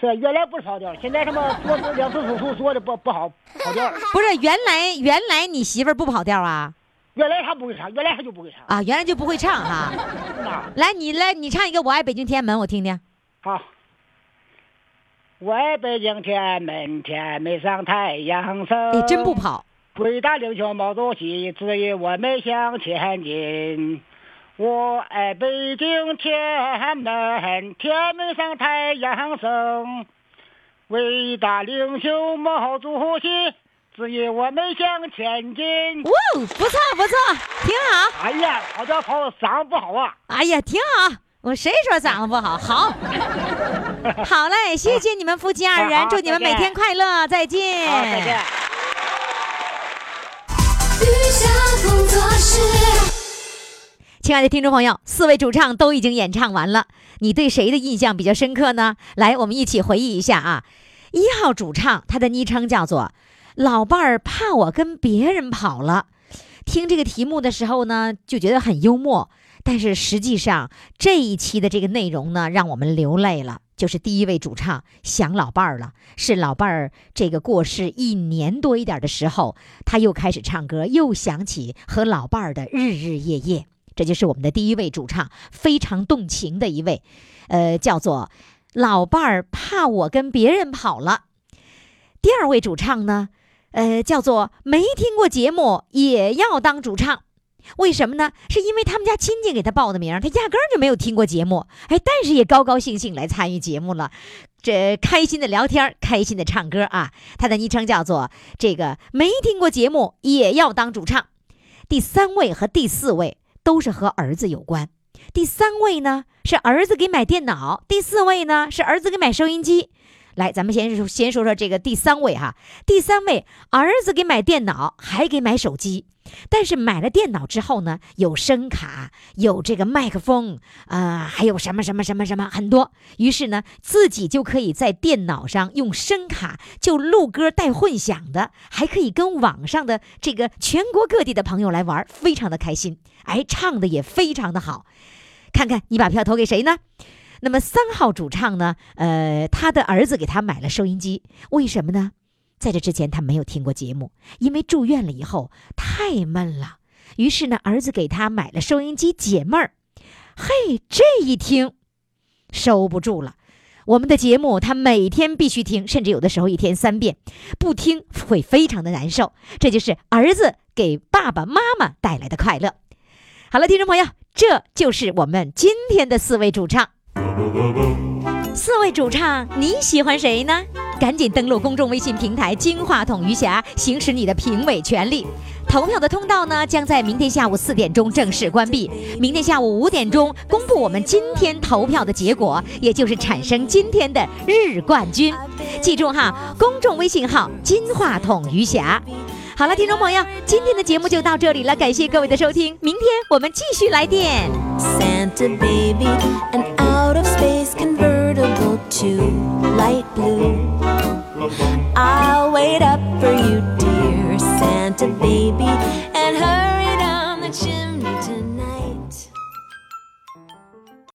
[SPEAKER 5] 是啊原来不跑调，现在他妈做两次手术做的不不好跑调。
[SPEAKER 1] 不是，原来原来你媳妇儿不跑调啊？
[SPEAKER 5] 原来他不会唱，原来他就不会唱。
[SPEAKER 1] 啊，原来就不会唱哈、
[SPEAKER 5] 啊，
[SPEAKER 1] 来，你来，你唱一个《我爱北京天安门》，我听听。
[SPEAKER 5] 好。我爱北京天安门，天安门上太阳升。
[SPEAKER 1] 哎，真不跑。
[SPEAKER 5] 伟大领袖毛主席指引我们向前进。我爱北京天安门，天安门上太阳升。伟大领袖毛主席是因我们向前进。
[SPEAKER 1] 哇哦，不错不错，挺好。
[SPEAKER 5] 哎呀，好家伙，嗓子不好啊！
[SPEAKER 1] 哎呀，挺好。我谁说嗓子不好？
[SPEAKER 5] <laughs>
[SPEAKER 1] 好， <laughs> 好嘞，谢谢你们夫妻二
[SPEAKER 5] 啊
[SPEAKER 1] 人，
[SPEAKER 5] 好
[SPEAKER 1] 祝你们
[SPEAKER 5] 再
[SPEAKER 1] 每
[SPEAKER 5] 见
[SPEAKER 1] 天快乐，再见。
[SPEAKER 5] 好，再见。
[SPEAKER 7] 雨下工作室，
[SPEAKER 1] 亲爱的听众朋友，四位主唱都已经演唱完了，你对谁的印象比较深刻呢？来，我们一起回忆一下啊。一号主唱，他的昵称叫做“老伴儿怕我跟别人跑了”。听这个题目的时候呢，就觉得很幽默，但是实际上这一期的这个内容呢，让我们流泪了。就是第一位主唱想老伴儿了，是老伴儿这个过世一年多一点的时候，他又开始唱歌，又想起和老伴儿的日日夜夜。这就是我们的第一位主唱，非常动情的一位，呃，叫做老伴儿怕我跟别人跑了。第二位主唱呢，呃，叫做没听过节目也要当主唱。为什么呢？是因为他们家亲戚给他报的名儿，他压根儿就没有听过节目，哎，但是也高高兴兴来参与节目了，这开心的聊天儿，开心的唱歌啊。他的昵称叫做这个没听过节目也要当主唱。第三位和第四位都是和儿子有关。第三位呢是儿子给买电脑，第四位呢是儿子给买收音机。来，咱们先说先说说这个第三位哈。第三位，儿子给买电脑，还给买手机。但是买了电脑之后呢，有声卡，有这个麦克风，呃，还有什么什么什么什么很多。于是呢，自己就可以在电脑上用声卡就录歌带混响的，还可以跟网上的这个全国各地的朋友来玩，非常的开心。哎，唱的也非常的好。看看你把票投给谁呢？那么三号主唱呢？呃，他的儿子给他买了收音机，为什么呢？在这之前他没有听过节目，因为住院了以后太闷了，于是呢，儿子给他买了收音机解闷儿。嘿，这一听，收不住了。我们的节目他每天必须听，甚至有的时候一天三遍，不听会非常的难受。这就是儿子给爸爸妈妈带来的快乐。好了，听众朋友，这就是我们今天的四位主唱。四位主唱，你喜欢谁呢？赶紧登录公众微信平台“金话筒余霞”，行使你的评委权利。投票的通道呢，将在明天下午四点钟正式关闭。明天下午五点钟公布我们今天投票的结果，也就是产生今天的日冠军。记住哈，公众微信号“金话筒余霞”。好了，听众朋友，今天的节目就到这里了，感谢各位的收听，明天我们继续来电。
[SPEAKER 7] Santa baby, an out of space convertible to light blue. I'll wait up for you, dear Santa baby, and hurry down the chimney.